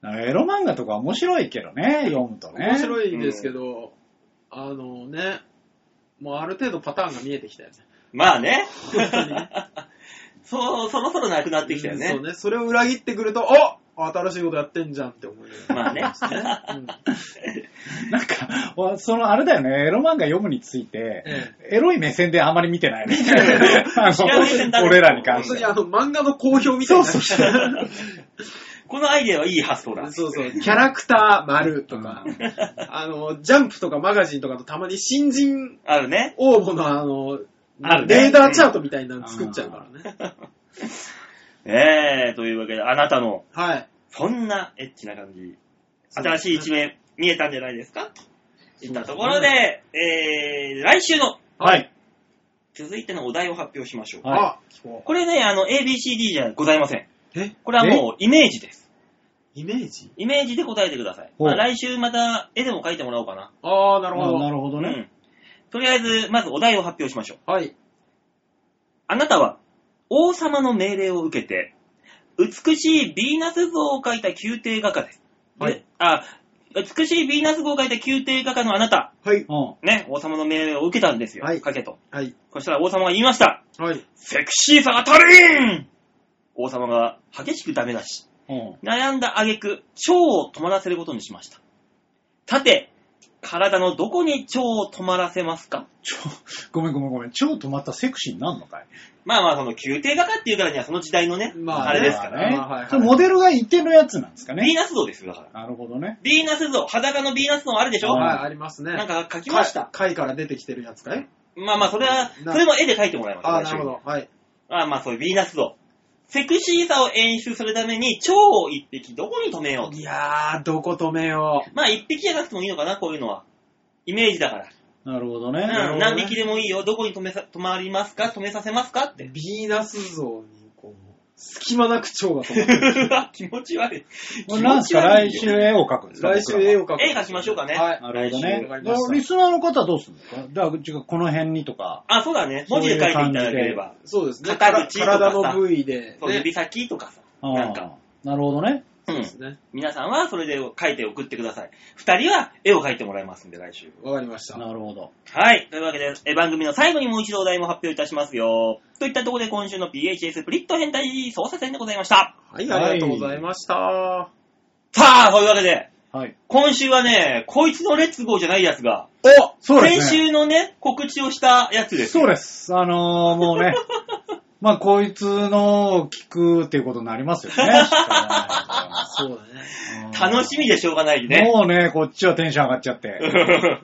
な。
エロ漫画とか面白いけどね、読むとね。
面白いですけど、あのね、もうある程度パターンが見えてき
[LAUGHS]
たよね。
まあね
本当に。
そう、そろそろなくなってきたよ
うん
ね
そう。ね。それを裏切ってくると、お新しいことやってんじゃんって思うよ。
まあね。
うん
なんか、わそのあれだよね、エロ漫画読むについて、
え
エロい目線であまり見てないね。 [LAUGHS] あ
違う目線だね
の俺らに関
本
し
当に
て
あ
は。
の漫画の好評みたいになってきた
そう
[LAUGHS] このアイデアはいい発想だ。
そうそう。キャラクター丸とか、あの、ジャンプとかマガジンとかのたまに新人
あるね。
応募のあの、
あるね
レーダーチャートみたいなの作っちゃうからね。
ええというわけで、あなたの、
はい。
そんなエッチな感じ、
そう
新しい一面見えたんじゃないですかといったところで、えー、来週の
はい。
続いてのお題を発表しましょう。
はい
あ、聞こ
これね、あの、ABCD じゃございません。
う。え、
これはもうイメージです。
イメージ
イメージで答えてください。
ほう
まあ来週また絵でも描いてもらおうかな。
ああ、なるほ
あ
ど。
なるほ
う
どね。
ん。とりあえず、まずお題を発表しましょう。
はい。
あなたは、王様の命令を受けて、美しいヴィーナス像を描いた宮廷画家です。で
はい
あ、美しいヴィーナス像を描いた宮廷画家のあなた、
はい。
うん
ね、王様の命令を受けたんですよ。
はい
描けと。
はい。
そしたら王様が言いました。
はい。
セクシーさが足りん王様が激しくダメ出し。
うん
悩んだ挙句、腸を止まらせることにしました。さて、体のどこに腸を止まらせますか
ちょごめんごめんごめん。超止まったセクシーになんのかい
まあまあ、その宮廷画家っていうからにはその時代のね、
まあ
あ、れですから。
らねまあはいはい
それモデルがいてるやつなんですか
ヴィー
ね。
ナス像ですよ、だから。
なるほどね。
ヴィーナス像、裸のヴィーナス像あるでしょ
うん
はい、ありますね。
なんか描きました。
貝貝から出てきてるやつかい
まあまあ、それは、そ
な
れも絵で描いてもらいます。
ああ、
来
な
週
るほど。はい。
ああまあ、そういうヴィーナス像。セクシーさを演出するために、腸を一匹どこに止めようと。
いやー、どこ止めよ
まあ、一匹じゃなくてもいいのかな、こういうのは。イメージだから。
なるほどね。
なる
うん、
ほどね
何匹でもいいよ。どこに止めさ、止まりますか止めさせますかっ
う。 [LAUGHS]
て
ヴ。ィーナス像に、こう、隙間なく蝶が止
[LAUGHS]
まって
う
る。
わ気持ち悪い。
これなんすか来週絵を描くんですか
来週絵
を。
を描く。
絵描きましょうかね
はい。
なるほど
来週
ね
わかり。ま
だか
し
ら
た
リスナーの方はどうするんですかだから違うこの辺にとか。
あ、そうだね。文字で書いていただければ。
そうですね。
肩口とかさ
体の部位で、
そう
ね。
指先とかさ。
うん
なんか。
なるほどね。
う
で
ん
す。ね。
皆さんはそれで書いて送ってください。二人は絵を描いてもらいますんで、来週。
わかりました。
なるほど。
はい。というわけで、え番組の最後にもう一度お題も発表いたしますよ。といったところで今週の PHS プリット変態操作戦でございました。
はい、ありがとうございました。
さあ、というわけで、
はい。
今週はね、こいつのレッツゴーじゃないやつが、
おそうですね。
先週のね、告知をしたやつですよ。
そうです。あのー、もうね、まあ、こいつのを聞くっていうことになりますよね。
そうだね。
楽しみでしょうがない
み
ね。
もうね、こっちはテンション上がっちゃって。。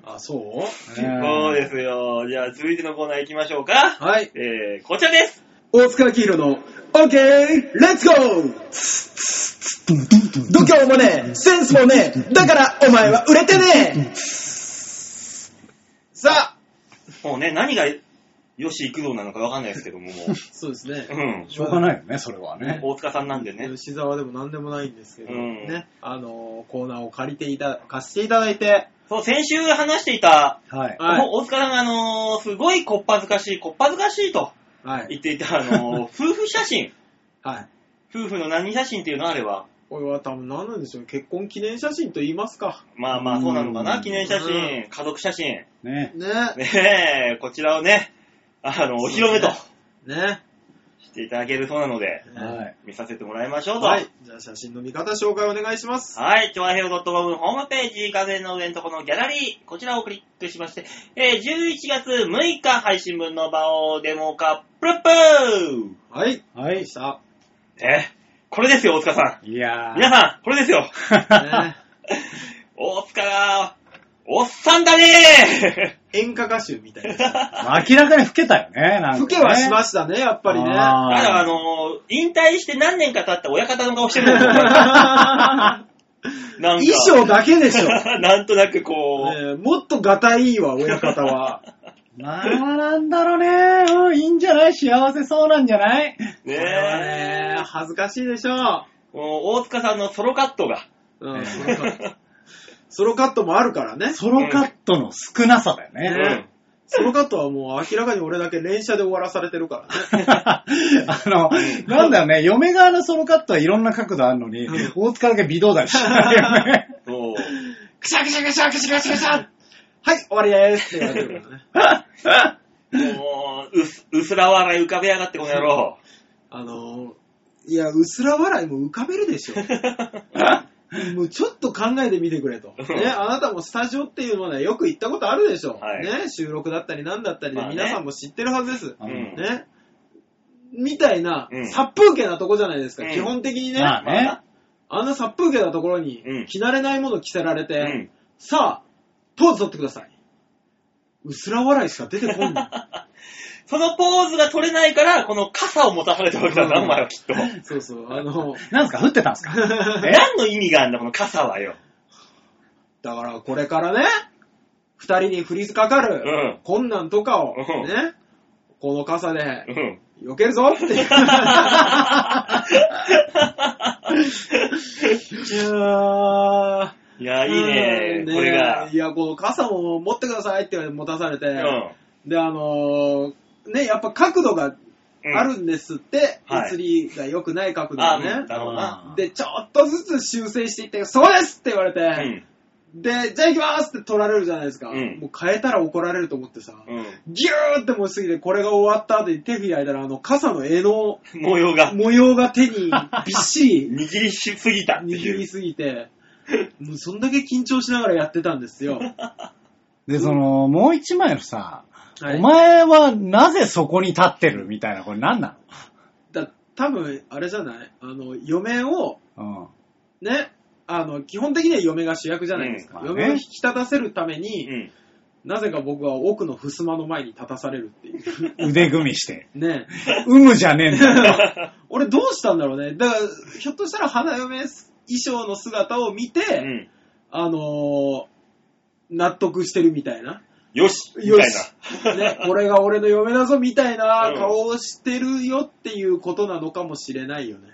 あ、そう
[LAUGHS] そうですすよ。じゃあ、続いてのコーナー行きましょうか。
はい。
えー、こちらです。
大塚明宏の、オーケーレッツゴー度胸もねえ、センスもねえ、だからお前は売れてねえさあ
もうね、何が、よし行くぞなのかわかんないですけども、も
[LAUGHS]
う。
そうですね。
うん。
しょうがないよね、それはね。
大塚さんなんでね。
吉沢でも何でもないんですけど、
うん
ね、あのーコーナーを借りていた、貸していただいて、
そう、先週話していた、
はい。
はい
もう大塚さんが、あのーすごいこっぱずかしい、こっぱずかしいと
は
言
い、
[LAUGHS]
っていた、あのー夫婦写真。
はい、
夫婦の何写真っていうのあれは。
これは多分何なんでしょう結婚記念写真と言いますか。
まあまあ、そうなのか
う
な。
ん
記念写
う
真、家族写真。
ね。
ね。
ねえ、こちらをね、あの、お披露目と
ね。。
していただけるそうなので、
はいい。
見させてもらいましょうと。
は
はいい。。
じゃあ写真の見方紹介お願いします。
はい。ちょわへお .com ホームページ、画面の上のところのギャラリー、こちらをクリックしまして、えー11月6日配信分の場をデモ化、プルップ
はい。
は
で
い
し。 [LAUGHS] た。
ーね、これですよ、大塚さん。
いやー。
皆さん、これですよ。
ね
大塚が、おっさんだね
演歌歌手みたいな。
明らかに老けたよね、なんか、ね。
老けはしま
し
したね、やっぱりね。
ーあら、あのー引退して何年か経った親方の顔してるのなんか。
[LAUGHS] 衣装だけでしょ。
[LAUGHS] なんとなくこう、
ねえもっとがたいいわ、親方
[LAUGHS]
は。
まあ、なんだろうね。うん、いいんじゃない幸せそうなんじゃな
ね
い
これはね
え、
恥ずかしいでしょ
もう大塚さんのソロカットが、
う。
え
ん、
え
ソロカットソロカットもあるからね。
ソロカットの少なさだよ
う
ね。
ん
ソロカットはもう明らかに俺だけ連写で終わらされてるからね。
[LAUGHS] あの、なんだよね、嫁側のソロカットはいろんな角度あるのに、
うん
大塚だけ微動だにしないよね。
[LAUGHS] そう
くしゃくしゃくしゃくしゃくしゃくしゃはい、終わりでーすって言われてるからね。
もううす、うすら笑い浮かべやがって、この野
[LAUGHS]
郎。
あのー、いや、うすら笑いも浮かべるでしょ。もうちょっと考えてみてくれと。ね、あなたもスタジオっていうものはよく行ったことあるでしょ。
はい
ね、収録だったりなんだったりで
まあね
皆さんも知ってるはずです。
う
う
ん
ん
ね。みたいな
うん、
殺風景なとこじゃないですか、
うん
基本的にね。
まあね。
あんな殺風景なところに
うん、
着慣れないもの着せられて、
うん
さあ、ポーズ取ってください。うすら笑いしか出てこんの。
そのポーズが取れないから、この傘を持たされたわけだな、
うん
お前はきっと。
そうそう、あの、
なんすか降ってたんすかえ
何の意味があんだ、この傘はよ。
だからこれからね、二人に降りかかる
うん
困難とかを、
うん
ね、この傘
う
で
ん。
避ける
[LAUGHS]
ぞって。いやー
いや、いいね、
うん
これが
い。や、この傘も持ってくださいって持たされて、
うん。
で、あのーね、やっぱ角度があるんですって、
うんはい
映りが良くない角度
あ
が
あ、
ね。
だろうな。
あー
で、ちょっとずつ修正していって、そうですって言われて、
うん。
で、じゃあ行きますって取られるじゃないですか。
うん
もう変えたら怒られると思ってさ、
うん。
ギューってもうすぎて、これが終わった後に手開いたら、あの、傘の絵
[LAUGHS]
の
模様が、
模様が手にびっし
[LAUGHS]
り
握りしすぎたって
握
い
り
う。
すぎて、もうそんだけ緊張しながらやってたんで
[LAUGHS]
すよ。
で、その、もう一枚のさ、
はい
お前はなぜそこに立ってるみたいな、これ何な
だ多分あれじゃないあの、嫁を、
の
ね、あの、基本的には嫁が主役じゃないですか。
うんまあね
嫁を引き立たせるため
う
に、
ん。
なぜか僕は奥の襖の前に立たされるっていう。 [LAUGHS]
うん。腕組みして。
ね
うむじゃねえんだよ。
俺どうしたんだろうね。だから、ひょっとしたら花嫁衣装の姿を見て、
うん。
あのー納得してるみたいな。
よしみ
よ
たいな
し。、ね、俺が俺の嫁だぞみたいな
うん
顔をしてるよっていうことなのかもしれないよね。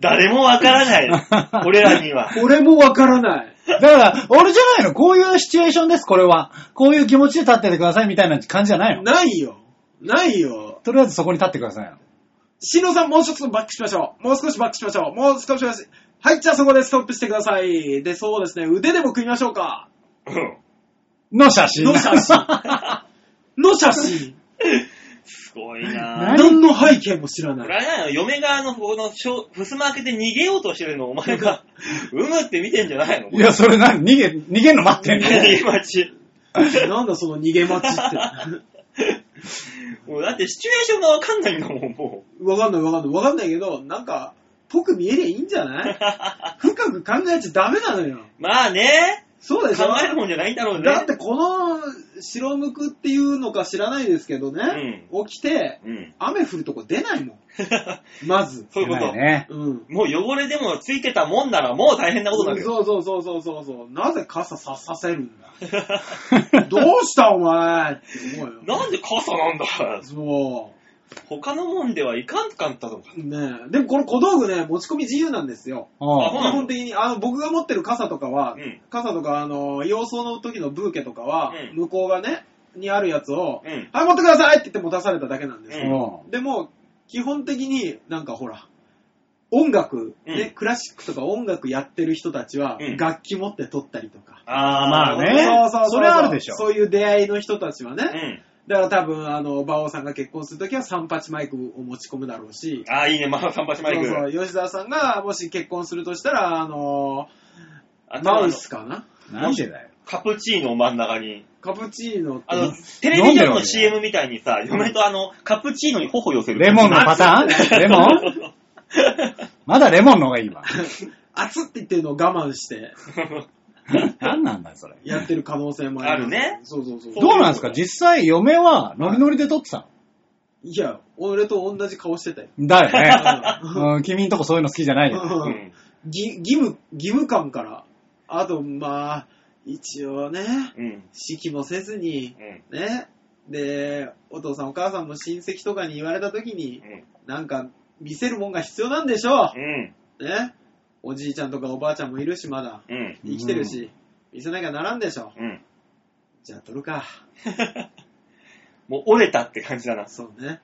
誰もわから
[LAUGHS]
ない。俺らには。
俺もわからない。
だから、俺じゃないの。こういうシチュエーションです、これは。こういう気持ちで立っててくださいみたいな感じじゃないの。
ないよ。ないよ。
とりあえずそこに立ってくださいよ。
しのさんもうちょっとバックしましょう。もう少しバックしましょう。もう少しバックしはい、じゃあそこでストップしてください。で、そうですね、腕でも組みましょうか。
うん。
の写真。
の写 [LAUGHS] 真。の写真。
すごいなぁ。
何
何の背景も知ら
こ
な
れ
[LAUGHS] い。
はないの嫁側のこのしょ、ふすま開けて逃げようとしてるの、お前
[LAUGHS]
が、うむって見てんじゃないの
[LAUGHS] いや、それ何逃げ、逃げんの待ってんの
逃げ待ち。
なんだその逃げ待ちって。
もうだってシチュエーションがわかんないんだもん、も
わかんないわかんない。わかんないけど、なんか、ぽく見えりゃいいんじゃない深く考えちゃダメなのよ。
う。 [LAUGHS] まあね、
そうでしょ
考えるもんじゃないんだろうね。
だってこの白むくっていうのか知らないですけどね、起きて、
うん。
雨降るとこ出ない [LAUGHS] もん。まず。
そういうこ
ない
と。
ね。
うん。
もう汚れでもついてたもんならもう大変なことになるよ。
そうそうそうそうそうそう。なぜ傘ささせるんだ
[LAUGHS]
どうしたお前って思うよ。
なんで傘なんだ
そ
他のもんではいかんかったのか。
う。ねえ。でもこの小道具ね、持ち込み自由なんですよ。
あ
お
ほ
う
う
基本的に、あの、僕が持ってる傘とかは、
うん
傘とか、あの、洋装の時のブーケとかは、
うん
向こうがね、にあるやつを、
うん
はい、持ってくださいって言って持たされただけなんですよ
うん
おう
でも、基本的になんかほら、音楽、ね
うん
クラシックとか音楽やってる人たちは
うん
楽器持って撮ったりとか。
あー、
まあね
そうそうそうそう
それはあるでしょ
そういう出会いの人たちはね。
うん。
だから多分、あの、馬王さんが結婚するときは38マイクを持ち込むだろうし、
あー、いいね、まあ、桟橋マイク。
そうそう、吉沢さんがもし結婚するとしたら、あの
あとは
マ
あ
ウ
の、
スかな
なんでだよ。
カプチーノを真ん中に。
カプチーノって
あの、テレビジョンの CM みたいにさ、嫁とあの、カプチーノに頬寄せる。
レモンのパ
[LAUGHS]
ターンレモン
ン
まだレモンの方がいいわ。
熱って言ってるのを我慢して
なんなんだよ、それ。
やってる可能性もあります
あるね
そうそうそう。
どうなんですか実際、嫁はノリノリで撮ってた
いや、俺と同じ顔してたよ。
の。だよ [LAUGHS] ね。
うん
うん、君んとこそういうの好きじゃないよ。
う
うん
ん。
ぎ義務、義務感から、あと、まあ、一応ね、
うん。
式もせずに、
うん。
ね、で、お父さんお母さんも親戚とかに言われた時に、なんか、見せるもんが必要なんでしょ
うん。
う。ね、おじいちゃんとかおばあちゃんもいるし、まだ、
うん。
生きてるし、見せなきゃならんでしょう。
うん。
じゃあ、撮るか。
もう折れたって感じだな。
そうね。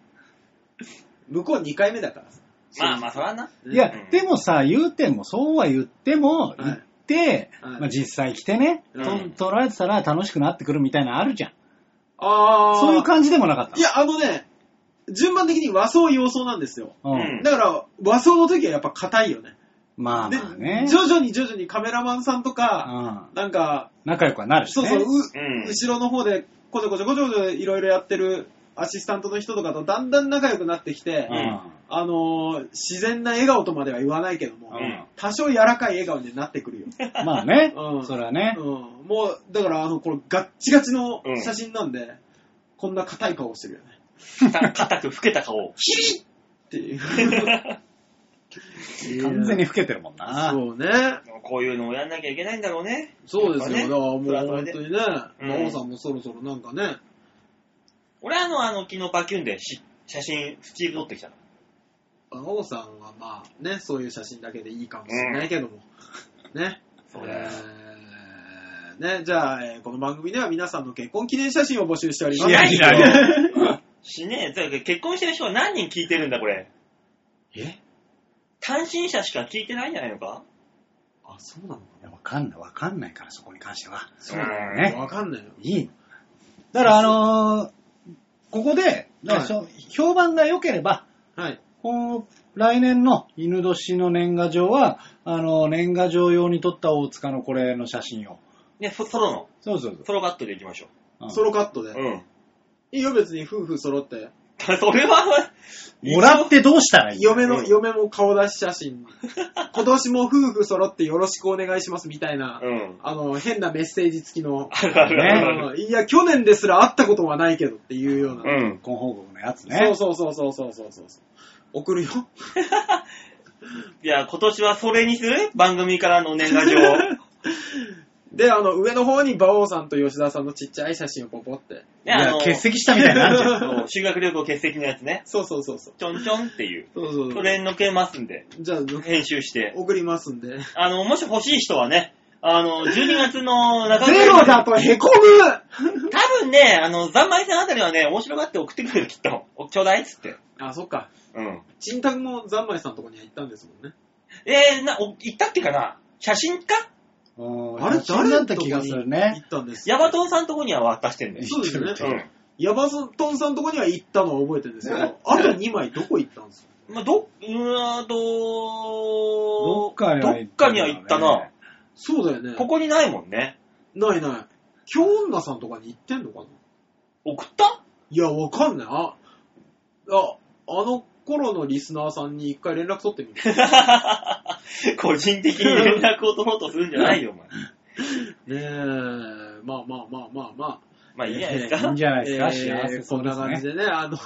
向こう2回目だからさ。
まあまあ、そらな。
ね
いや、でもさ、言うても、そうは言っても、行って、
はい
まあ、実際来てね、
うん
と撮られてたら楽しくなってくるみたいなのあるじゃん。
あー
そういう感じでもなかった。
いや、あのね、順番的に和装洋装なんですよ。
うん
うん
だから、和装の時はやっぱ硬いよね。
まあ
で
まあね。
徐々に徐々にカメラマンさんとか、
うん
なんか、
仲良くはなるし
そう
ね。
そう、う
うん
後ろの方で、こちょこちょこちょこちょいろいろやってるアシスタントの人とかとだんだん仲良くなってきて、
うん
あのー自然な笑顔とまでは言わないけども、
ん
多少柔らかい笑顔になってくるよ。
まあね
う、ん
それはね
う。ん、もう、だから、あの、これガッチガチの
うん
写真なんで、こんな硬い顔してるよね。
硬く老けた顔。
ヒリッって
[LAUGHS]
いう。
完全に老けてるもんな。
そうね。
こういうのをやんなきゃいけないんだろうね。
そうですよ。
やっ
だからもう
ぱ
本
ね
当
それはそれでうん
にね、馬王さんもそろそろなんかね、
俺あの、あの、昨日バキュンでし写真、スチール撮ってきたの。
馬王さんはまあね、そういう写真だけでいいかもしれないけども、ね。
そうだよ
えーね、じゃあ、えーこの番組では皆さんの結婚記念写真を募集しております。
いやいやい
しねえ。だから結婚してる人は何人聞いてるんだ、これ。
え
単身者しか聞いてないんじゃないのか
あ、そうなのか
いやわかんない、わかんないから、そこに関しては。
そうなの
ね
かわかんないよ。
いい。だから、あのーここで、だからしょ評判が良ければ、
はい。
この来年の犬年の年賀状は、あのー年賀状用に撮った大塚のこれの写真を。
ね、そソロの、
そうそうそう
ソロバットでいきましょ
うん。
ソロカットで。
う。うん。
いいよ、別に夫婦揃って。
[LAUGHS] それは、
もらってどうしたらいい
嫁の、
うん
嫁も顔出し写真。今年も夫婦揃ってよろしくお願いしますみたいな、
うん。
あの、変なメッセージ付きの。
あるあるあるある。
うんいや、去年ですら会ったことはないけどっていうような。
うん。
婚報告のやつね。
そうそうそうそうそうそうそう。送るよ。 [LAUGHS]
いや、今年はそれにする番組からの年賀
[LAUGHS]
状。
で、あの、上の方に馬王さんと吉田さんのちっちゃい写真をポポって。
い
ね、あ
や
の、、
欠席したみたいになっち
[LAUGHS]
ゃう。
そう修学旅行欠席のやつね。
そうそうそうそう。
ちょんちょんっていう。
そうそうそ
そうれにのけますんで、
じゃあ、
編集して。
送りますんで。
あの、もし欲しい人はね、あの、12月の中
ゼロだとへこむ
多分ね、あの、ざんまいさんあたりはね、面白がって送ってくれる、きっと。おちょうだいっつって。
あ、そっか。
うん。
ちんたくもざんまいさんのとこには行ったんですもんね。
えー、な、お言ったっけかな写真家
うん
あれ、
写真
誰
だ
だ
っ
ったた
気
気
が
が
す
す
る
る
ね
ね。行。ったんです
ヤバトンさんとこには渡してんだよ。
そうですよね。
うん。
ヤバトンさんのとこには行ったのは覚えてるんですけど、あと2枚どこ行ったんですか
まあ、ど、うーんと、
どっかには
どっ
行った
か
ん
に
だ
は
よね
行ったな。
そうだよね。
ここにないもんね。
ないない。京女さんとかに行ってんのかな
送った [LAUGHS]
いや、わかんない。あ、あ、あの頃のリスナーさんに一回連絡取ってみ
[LAUGHS]
る。
個人的に連絡を取ろうとするんじゃないよ、お前。
ねえ、まあまあまあまあまあ。
まあ、いいじゃないです
いい
か
ん。じゃないですか、
えー
幸せそ
こ
うんで
な
す
感
ね
じ。でね、あの、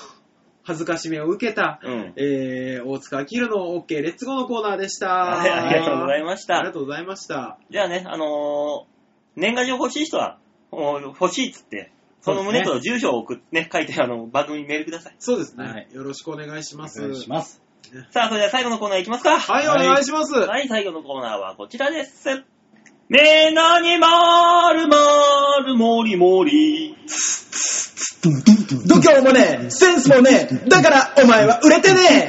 恥ずかしめを受けた、
うん。
えー、大塚明の OK レッツゴーのコーナーでした。
はいありがとうございまし
あり
た
が。とうございました。
じゃあね、あのー年賀状欲しい人は、お欲しいっつって、その旨と住所を送って、ね、書いて、あの、番組にメールください。
そうですね、
はい
よろしくお願いします。
お願いします。
さあ、それでは最後のコーナーいきますか。は
はい、お願いします。
い、最後のコーナーはこちらです。みんなにまるまるもりもり。
度胸もねえ、センスもねえ、だからお前は売れてねえ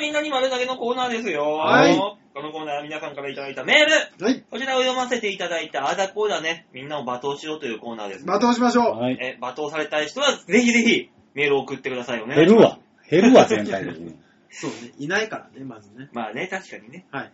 みんなに丸投げのコーナーですよ。
はい
このコーナーは皆さんからいただいたメール、
はい。
こちらを読ませていただいたあだこうだね、みんなを罵倒しようというコーナーです。
罵倒しましょう。
はい。
え、罵倒されたい人は、ぜひぜひ、メールを送ってくださいよね。
減るわ。減るわ、全体的に。
そうね。いないからね、まずね。
まあね、確かにね。
はい。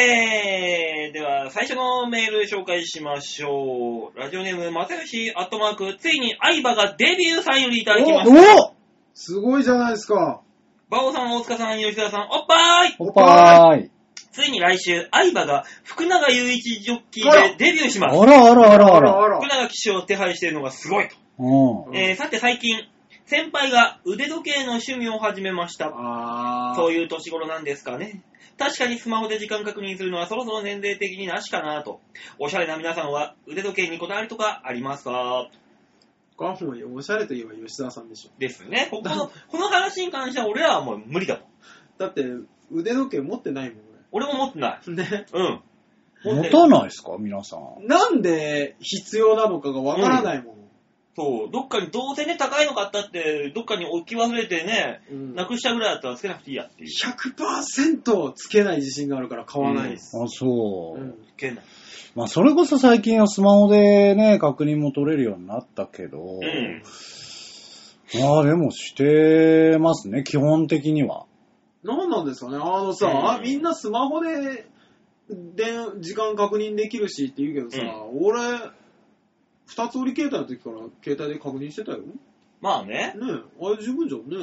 えー、では、最初のメール紹介しましょう。ラジオネーム、まさよし、アットマーク、ついに相葉がデビューさんよりいただきま
お
す。
すごいじゃないですか。
バオさん、大塚さん、吉田さん、おっぱーい
おっぱーい。
ついに来週、相葉が福永雄一ジョッキ
あ
ー
ら
でデビューし
あ
ます。
らあらあらあら。
福永騎手を手配しているのがすごいと。
う
う
ん。
ん
えー、さて最近、先輩が腕時計の趣味を始めました。
あー。
そういう年頃なんですかね。確かにスマホで時間確認するのはそろそろ年齢的になしかなと。おしゃれな皆さんは腕時計にこだわりとかありますか
ガフン、おしゃれといえば吉沢さんでしょ。
ですね。ここの、この話に関しては俺らはもう無理だと。
だって、腕時計持ってないもん、
俺も持ってない。
俺。ね。
うん。
持たないですか皆さん。
なんで必要なのかがわからないもん。
そう。どっかに、どうせね、高いの買ったって、どっかに置き忘れてね、
うん
なくしたぐらいだったらつけなくていいやっていう。
100%つけない自信があるから買わないです。
あ、そう。
うん
つけない。
まあ、それこそ最近はスマホでね、確認も取れるようになったけど、
うん。
まあでもしてますね、基本的には。
なんなんですかねあのさ、
うん
みんなスマホで、で、時間確認できるしって言うけどさ、俺、二つ折り携帯の時から携帯で確認してたよ。ね
まあね。
え、あれ十分じゃんね。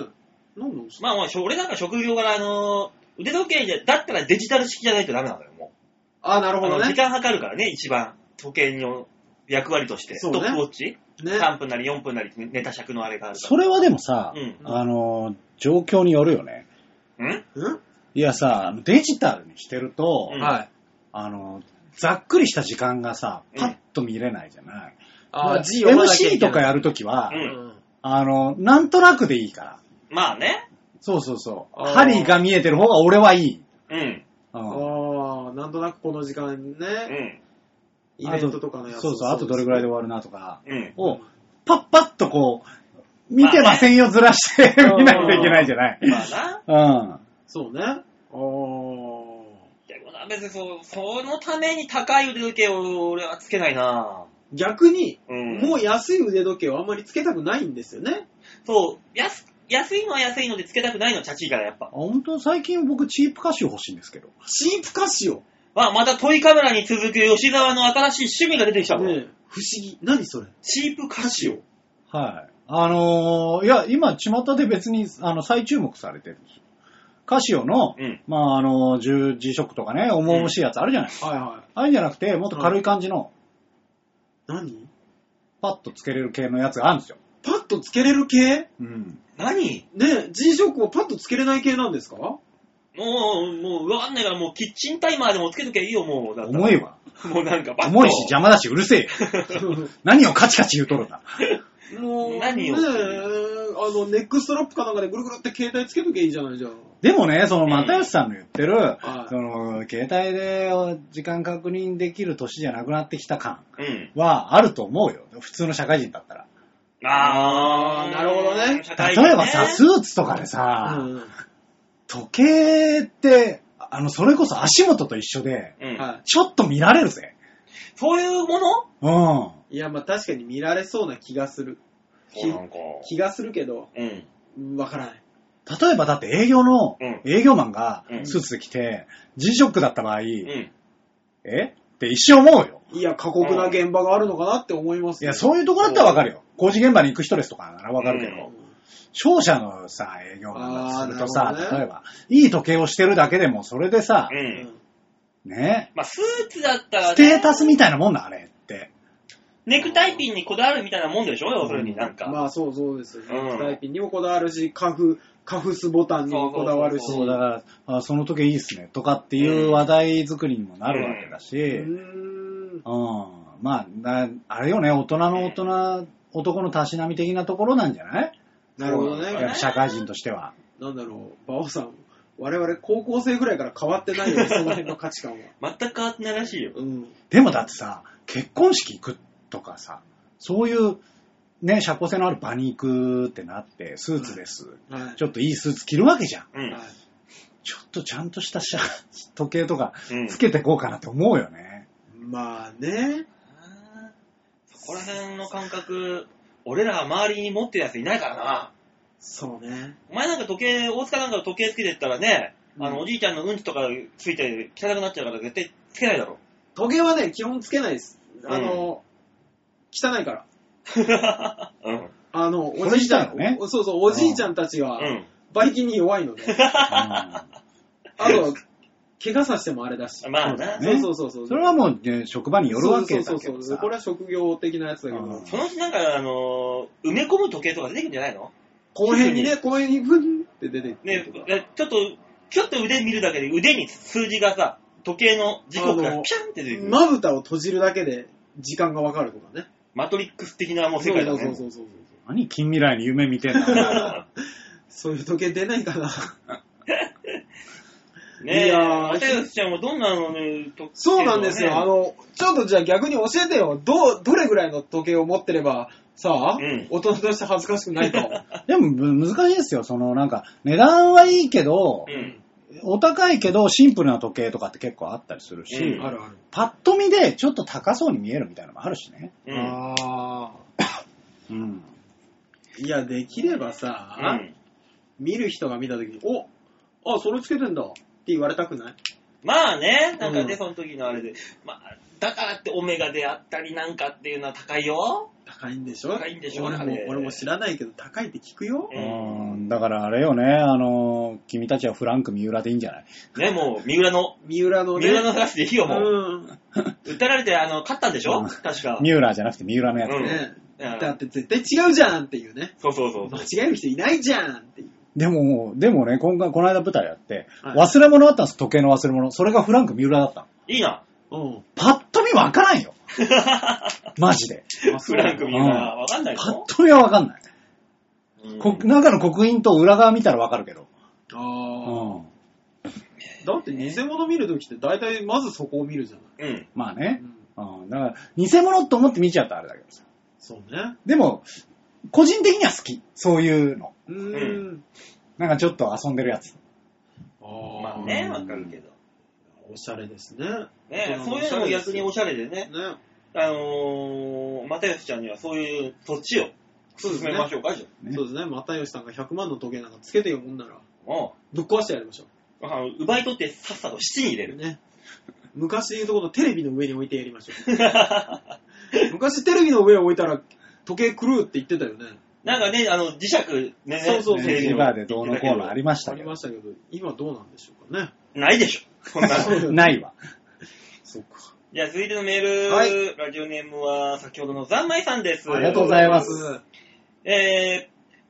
なんなんですか
まあまあ、しょ俺なんか職業から、あのー腕時計じゃ、だったらデジタル式じゃないとダメなのよ、もう。
あ、なるほ
あ
ど
の時
ね。
間計るからね、一番。時計の役割として。
そう
スト
ね
ップウォッチ、
ね。
?3 分なり4分なりネタ尺のあれがあるか
それはでもさ、
ら。うん。
あの、状況によるよね。
うん
うん
いやさ、デジタルにしてると、
うん
はい。
あの、ざっくりした時間がさ、
うん
パッと見れないじゃない。
あ
ま
ー、
あ
G 読まなきゃいけ
MC
ない
とかやるときは、
うん
あの、なんとなくでいいから。
まあね。
そうそうそう。
あー
針が見えてる方が俺はいい。
うん。
うん
ああ、なんとなくこの時間
う
ね、
ん。
イベントとかのやつ
そうそう、あとどれぐらいで終わるなとか、
うん。
を、パッパッとこう、見てませんよずらして [LAUGHS]
まあね
見ないといけないじゃない。
まあ
[LAUGHS]
な。
うん。
そうね。ああ。
でもな、別にそう、そのために高い腕時計を俺はつけないな
逆に、
うん。
もう安い腕時計をあんまりつけたくないんですよね。
そう、安、安いのは安いのでつけたくないの、チャチいからやっぱ。
本当最近僕チープ歌手欲しいんですけど。
チープカシオ。
まあ、またトイカメラに続く吉沢の新しい趣味が出てきたもん。
ねえ不思議。何それ
チープカシオ。
はい。あのーいや、今、巷で別に、あの、再注目されてるんですよ。カシオの、
うん。
まあ、あの、十字色とかね、重々しいやつあるじゃない、
はいはい。
ああいうんじゃなくて、もっと軽い感じの、
何
パッとつけれる系のやつがあるんですよ。
パッとつけれる系
うん。
何
ねえ、G ショックをパッとつけれない系なんですか
もう、もう、わかんないから、もう、キッチンタイマーでもつけときゃいいよ、もう。だったら
重いわ。
[LAUGHS] もうなんか、バッと
重いし、邪魔だし、うるせえよ。何をカチカチ言うとるんだ。
もう、
何を
ねえ、あの、ネックストラップかなんかでぐるぐるって携帯つけときゃいいじゃないじゃん。
でもね、その、又吉さんの言ってる、
はい
その、携帯で時間確認できる年じゃなくなってきた感
うん。
はあると思うよ。普通の社会人だったら。
あ
あ
ー、
ーなるほどね
社会人ね
例えばさ、スーツとかでさ、
うん
時計って、あの、それこそ足元と一緒で、
うん
は
ちょっと見られるぜ。
そういうもの
うん。
い。いや、まあ確かに見られそうな気がする。き
そうなんか。
気がするけど、
うん。
うんわからない。
例えばだって営業の
うん、
営業マンが
うん
スーツで着て、G ショックだった場合、
うん。
えって一瞬思うよ。
いや、過酷な現場があるのかなって思います
い
よ
や、そういうとこだったらわかるよ。工事現場に行く人ですとかならわかるけど。
うん
商社のさ、営業マンがすると
あ
さ、
ーなるほどね
例えば、いい時計をしてるだけでも、それでさ
う、。
うんん
ね、
まあ、スーツだったら、
ステータスみたいなもんな、あれって。
ネクタイピンにこだわるみたいなもんでしょ要するになんか。
まあそうそうですよね。
うん
タイピンにもこだわるし、カフ、カフスボタンにもこだわるし。
そう
そう、だから、あその時計いいっすね、とかっていう話題作りにもなるわけだし、
う
うん、
ーん
まあな、あれよね、大人の大人、男のたしなみ的なところなんじゃない
なるほどね。
やっぱ社会人としては。
なんだろう、馬王さん、我々高校生ぐらいから変わってないよね、その辺の価値観は。
全く変わってないらしいよ。
うん。
でもだってさ、結婚式行くとかさ、そういう、ね、社交性のある場に行くってなって、スーツです。
はい。
ちょっといいスーツ着るわけじゃん。
うん。
はい
っとちゃんとしたシャ時計とか
うん
つけてこうかなって思う
[LAUGHS]
よね。
まあね。
あーそこら辺の感覚、俺ら周りに持ってるやついないからな。
そうね。
お前なんか時計、大塚なんか時計つけてったらね、あ
う
の、
ん
おじいちゃんのうんちとかついて汚くなっちゃうから絶対つけないだろ。
時計はね、基本つけないです。あの、汚いから。
[LAUGHS] うん。
あの、
そ
お
れ
じいちゃ
自体
ん、
はね
おそうそう、おじいちゃんたちが、
う
バイキンに弱いので。
う
あと、怪我させてもあれだし。
ん。まあな
だ。
そう
ね
そうそうそう。
んそれはもうね、職場によるわけだけ
そう
ど
そうそうそう。
さ
こ。れは職業的なやつだけ
う
ど
ん。
そのうちなんか、あのー埋め込む時計とか出てくるんじゃないの
公園にね、公園にブンって出てく
ね
るとか。、
ちょっと、ちょっと腕見るだけで腕に数字がさ、時計の時刻
あ
が
の
ピャンって出てくる。
まぶたを閉じるだけで時間がわかるとかね。
マトリックス的なもう世界だ
そう
ね。
そうそうそうそう。
何近未来に夢見てんだ。
[LAUGHS] そういう時計出ないかな。
ねえ、
いやー
又吉ちゃんはどんなのね、時計
そうなんですよ。あ
の
の、ちょっとじゃあ逆に教えてよ。どう、どれぐらいの時計を持ってれば、さあ、
うん
大人として恥ずかしくないと。
でもむ難しいですよ。そのなんか、値段はいいけど、
うん。
お高いけどシンプルな時計とかって結構あったりするし、
うん
あるある。
パッと見でちょっと高そうに見えるみたいなのもあるしね。
うん。
あ
うん。
ーいや、できればさ、
うん
見る人が見た時に、おあ、それつけてんだって言われたくない
まあね、なんか
う
ね、
ん
その時のあれで。まあ、だからってオメガであったりなんかっていうのは高いよ。
高いんでしょ
高いんでしょ
俺
あ
も
れ、
俺も知らないけど、高いって聞くよ。
うん
うんだからあれよね、あの、君たちはフランク三浦でいいんじゃない
ね、もう、三浦の、
三浦のね。
三浦の話でいいよ、もう。
うん。
訴えられて、あの、勝ったんでしょ
うん
確か。
三浦じゃなくて三浦のやつ。
うん
ね
うん
だって絶対違うじゃんっていうね。
そうそうそう。
間違える人いないじゃんっていう。
でも、でもね、今回、この間舞台やって、
はい
忘れ物あったんです、時計の忘れ物。それがフランク三浦だったの。
いいな。
うん。
パッと見わから
[LAUGHS]
んよ。マジで。
[LAUGHS] フランク三浦、わかんない
パッ
の
と見はわかんない。
うん
こ中の刻印と裏側見たらわかるけど。
ああ。
うん。
だって偽物見るときって大体まずそこを見るじゃな
うん。
まあ
い。
ね
う。ん、
うん。だから、偽物と思って見ちゃったらあれだけどさ。
そうね。
でも、個人的には好き。そういうの。
うーん。
なんかちょっと遊んでるやつ。
あ
まあね、わかるけど。
おしゃれですね。
ね
大人
そう
お
いう
しゃ
のも
れで
逆
す
におしゃれでね。
ね。
あのー、又吉ちゃんにはそういう土地を
そう
進
ですね
めましょうか、じゃ
ね
そうですね。又吉さんが100万の時計なんかつけてよもんなら、
あ。も
ぶっ壊してやりましょ
う、あの奪い取ってさっさと七に入れ
う。
る。
[LAUGHS] ね。昔でいうとこのテレビの上に置いてやりましょう。 [LAUGHS] 昔テレビの上を置いたら時計狂うって言ってたよね。
なんかね、あの、磁石ね、
そうそうそう
テレビ
ね
の
バーでどうのこうのありまし
あ
たけ
り
ど
ま。したけど、今どうなんでしょうかね。
ないでしょ。そんなの。
[LAUGHS] ないわ。
そうか。
じゃあ続いてのメール、
はい
ラジオネームは先ほどのざんまいさんです。
ありがとうございます
え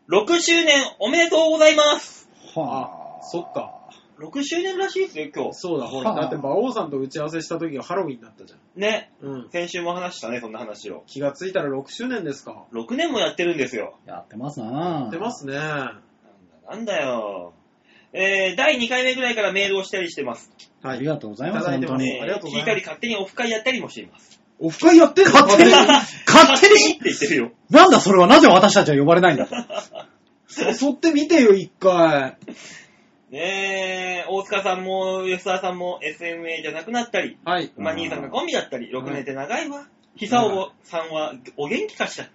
ー、6周年おめでとうございます。
はあ。
そっか。
6周年らしいですよ、今日。
そうだ、ほら。
はあ
だって馬王さんと打ち合わせした時がハロウィンだったじゃん。
ね、
うん。
先週も話したね、そんな話を。
気がついたら6周年ですか。
6年もやってるんですよ。
やってますなぁ。
出ますね。は
なんだよ。えー、第2回目ぐらいからメールをしたりしてます。
ありがとうございま
い
す、
ただいて
本当
ます
に
ね。
ありがとうございます
聞いたり勝手にオフ会やったりもしています。
オフ会やってる
勝
[LAUGHS]
手に、勝手
っ
に
て言ってるよ。
なんだそれはなぜ私たちは呼ばれないんだと。
[LAUGHS] 誘ってみてよ、一回。
ねえ、大塚さんも吉沢さんも SMA じゃなくなったり、
はい。
まあ兄さんがコンビだったり、6年って長いわ。久尾さんはお元気かしら。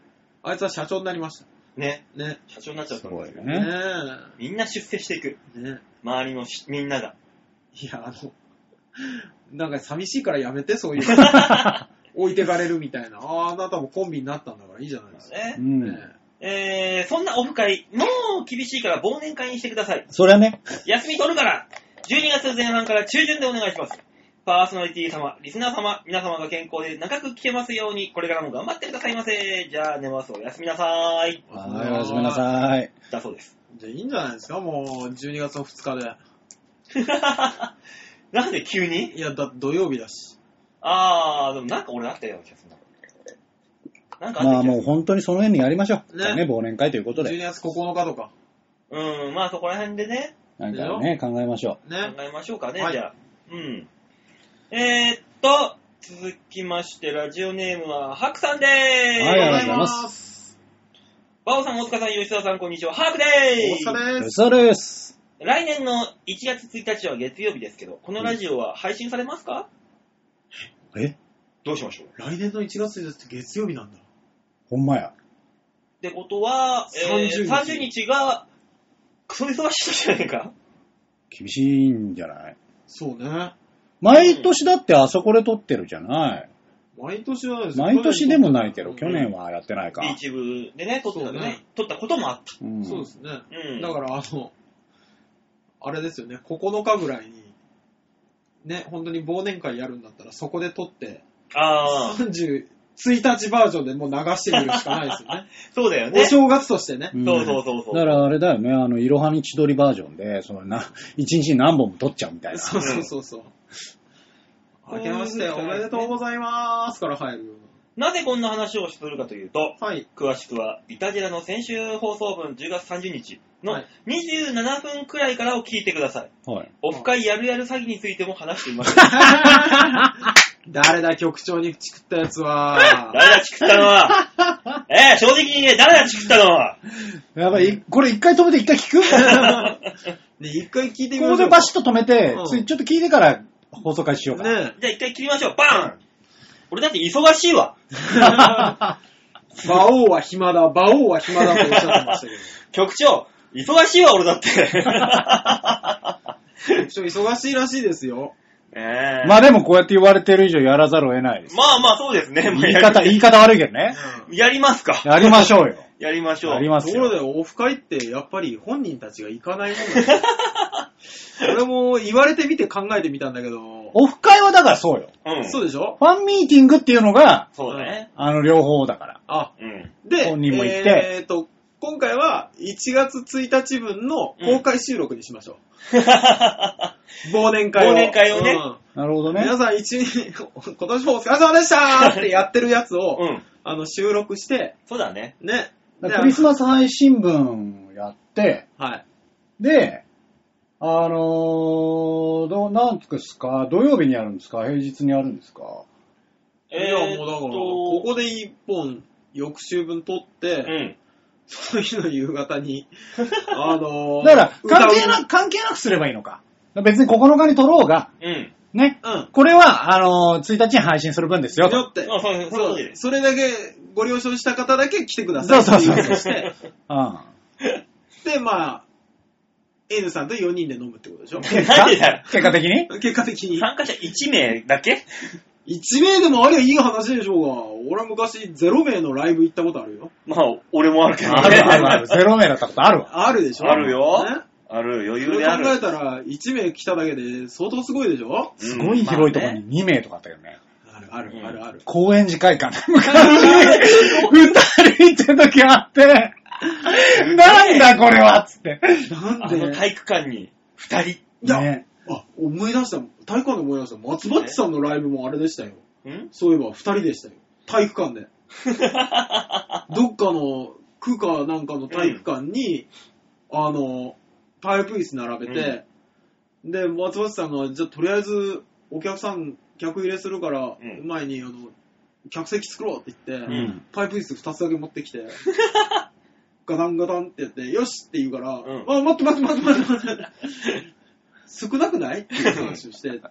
あいつは社長になりました。
ね、
ね。
社長になっちゃったんだよね。
ね。
みんな出世していく。
え。ね
周りのしみんなが。
いや、あの、なんか寂しいからやめて、
[LAUGHS]
そういうの置いてかれるみたいな。ああ、あなたもコンビになったんだからいいじゃないですか。
う
ね
ん
ね。
えー、そんなオフ会、もう厳しいから忘年会にしてください。
それはね、
休み取るから12月前半から中旬でお願いします。パーソナリティ様、リスナー様、皆様が健康で長く聞けますように、これからも頑張ってくださいませ。じゃあ寝ます。おやすみなさーい。
はい、おやすみなさい。
だそうです。 [LAUGHS]
い。じゃあいいんじゃないですか、もう12月の2日で。
なんで急に
いや、だって土曜日だし。
あー、でもなんか俺あったような気がするな。なんかあ
ま
った
あ
気が
もう本当にその辺にやりましょう。
ね
じゃあね、忘年会ということ
12
で。
月9日とか。
する。うん、まあそこら辺でね、
なんかね、考えましょ
ね。
考えましょうかね、
はい
じゃあ。うん。えー、っと、続きまして、ラジオネームは、ハクさんでー
う。
す。
はい、ありがとうございますす。
バオさん、大塚さん、吉田さん、こんにちは。ハークで
お
ーす。
疲れ様です。
そうです。
来年の1月1日は月曜日ですけど、このラジオは配信されますか
え
どうしましょうっ
来年の1月1日って月曜日なんだ。
ほんまや。
てことは、えー
30日
,30 日が、クソ忙しいじゃないか。
厳しいんじゃない
そうね。
毎年だってあそこで撮ってるじゃない。
毎年はです
毎年でもないけど、
去
去
年
年はやってないか
ビ。ーチ部でね、撮ってたの
そ
ね
うね、
撮ったこともあった。
うん
そうですね。
うん。
だから、あの、あれですよね、9日ぐらいに、ね、本当に忘年会やるんだったら、そこで撮って、
ああ、
31日バージョンでもう流してみるしかないです [LAUGHS] よね。
そうだよ
お
ね。
正月としてね。
ん
そうそうそうそう
だからあれだよね、あの、いろはに千鳥バージョンで、そのな、一日に何本も撮っちゃうみたいな。
そうそうそうそう。
うん
明けましておめでとうございますから入るよう
なぜこんな話をするかというと、
な。はい。
詳しくは、イタジェラの先週放送分10月30日の
はい
27分くらいからを聞いてください。
はい。
オフ会やるやる詐欺についても話してい
[LAUGHS]
ます。
誰だ、局長に口食ったやつは。
誰だ、チクったのは。ええ正直にね、誰だ、チクったのは。
やばい、これ一回止めて一
[LAUGHS]
回聞
[LAUGHS]
く
ね、一回聞いてみ
こ
まし
こ
ょ
で
う。
バシッと止めて
う、ん
ついちょっと聞いてから放送開始しようか。 [LAUGHS]
ね。
じゃあ一回切りましょう。バーン俺だって忙しいわ。
[LAUGHS] 馬王は暇だ、馬王は暇だとおっしゃってましたけど。
局長、忙しいわ、俺
[LAUGHS]
だって。
[LAUGHS] 局長忙しいらしいですよ。
ええ
まあでもこうやって言われてる以上やらざるを得な
[LAUGHS]
いです。
まあまあ、そうですね。まあ
言い方、言い方悪いけどね。
やりますか。
やりましょう
[LAUGHS]
よ。
やりましょう。
やります
ところ
よ。
で、オフ会ってやっぱり本人たちが行かないもんなんです
[LAUGHS]
俺も言われてみて考えてみたんだけど、
オフ会はだからそうよ。
うん。
そうでしょ
ファンミーティングっていうのが、
そうだね。
あの、両方だから。
あ、
うん。
で、
本人も行って
えーと、今回は1月1日分の公開収録にしましょう。忘年会を。
忘年会をね
うん
なるほどね。
皆さん一年、今年もお疲れ様でしたーってやってるやつ
[LAUGHS]
を、
うん。
あの、収録して、
そうだね。
ね。
だ
で
からクリスマス配信分やって、
はい。
で、あのー、どう、なんつくっすか、土曜日にやるんですか平日にやるんですか
いや、もうだから、ここで一本、翌週分撮って、
うん。
その日の夕
[LAUGHS]
方に、あのー、
だから、関係
歌
なく、関係なくすればいいのか。別に9日に撮ろうが、
うん。
ね。
ううん。
これは、あのー、1日に配信する分ですよ。
よって、
あそうそうそういうこと
そ
で
う、それだけご了承した方だけ来てくださいっていうことをして、
うん。
で、まあ、N さんと4人で飲むってことで
[LAUGHS]
しょ
結
な
果
んでだよ
結果的
[LAUGHS]
に
結果的に。
参加者1名だけ
1名でもありゃいい話でしょうが、俺は昔0名のライブ行ったことあるよ。
まあ、俺もあるけどね。
あるあるある。ゼロ名だったことあるわ。
あるでしょ
あるよ
ね、
[LAUGHS] ある、余
そ
裕
れ
であ
考え
る。
たら、1名来ただけで相当すごいでしょ
すごい広いとこ
う
ろ
んま
に2名とかあったよね。
あるあるあるある。
公園寺会館。 [LAUGHS] 二人行った時あって、なんだこれはっつって。
な
あね
ん
あの
で
体育館に2人。
いや、
ね
あ、思い出した。体育館で思い出した。松バッチさんのライブもあれでしたよ。
ん
そういえば、二人でしたよ。体育館で。どっかの区かなんかの体育館に、あの、パイプ椅子並べて、で、松橋さんが、じゃあとりあえず、お客さん、客入れするから
う、ん
前に、あの、客席作ろうって言って、
ん
パイプ椅子二つだけ持ってきて、ガタンガタンってやって、よしって言うから、
うん
あ、待って待って待って待って待って。少なくないっていう話をして、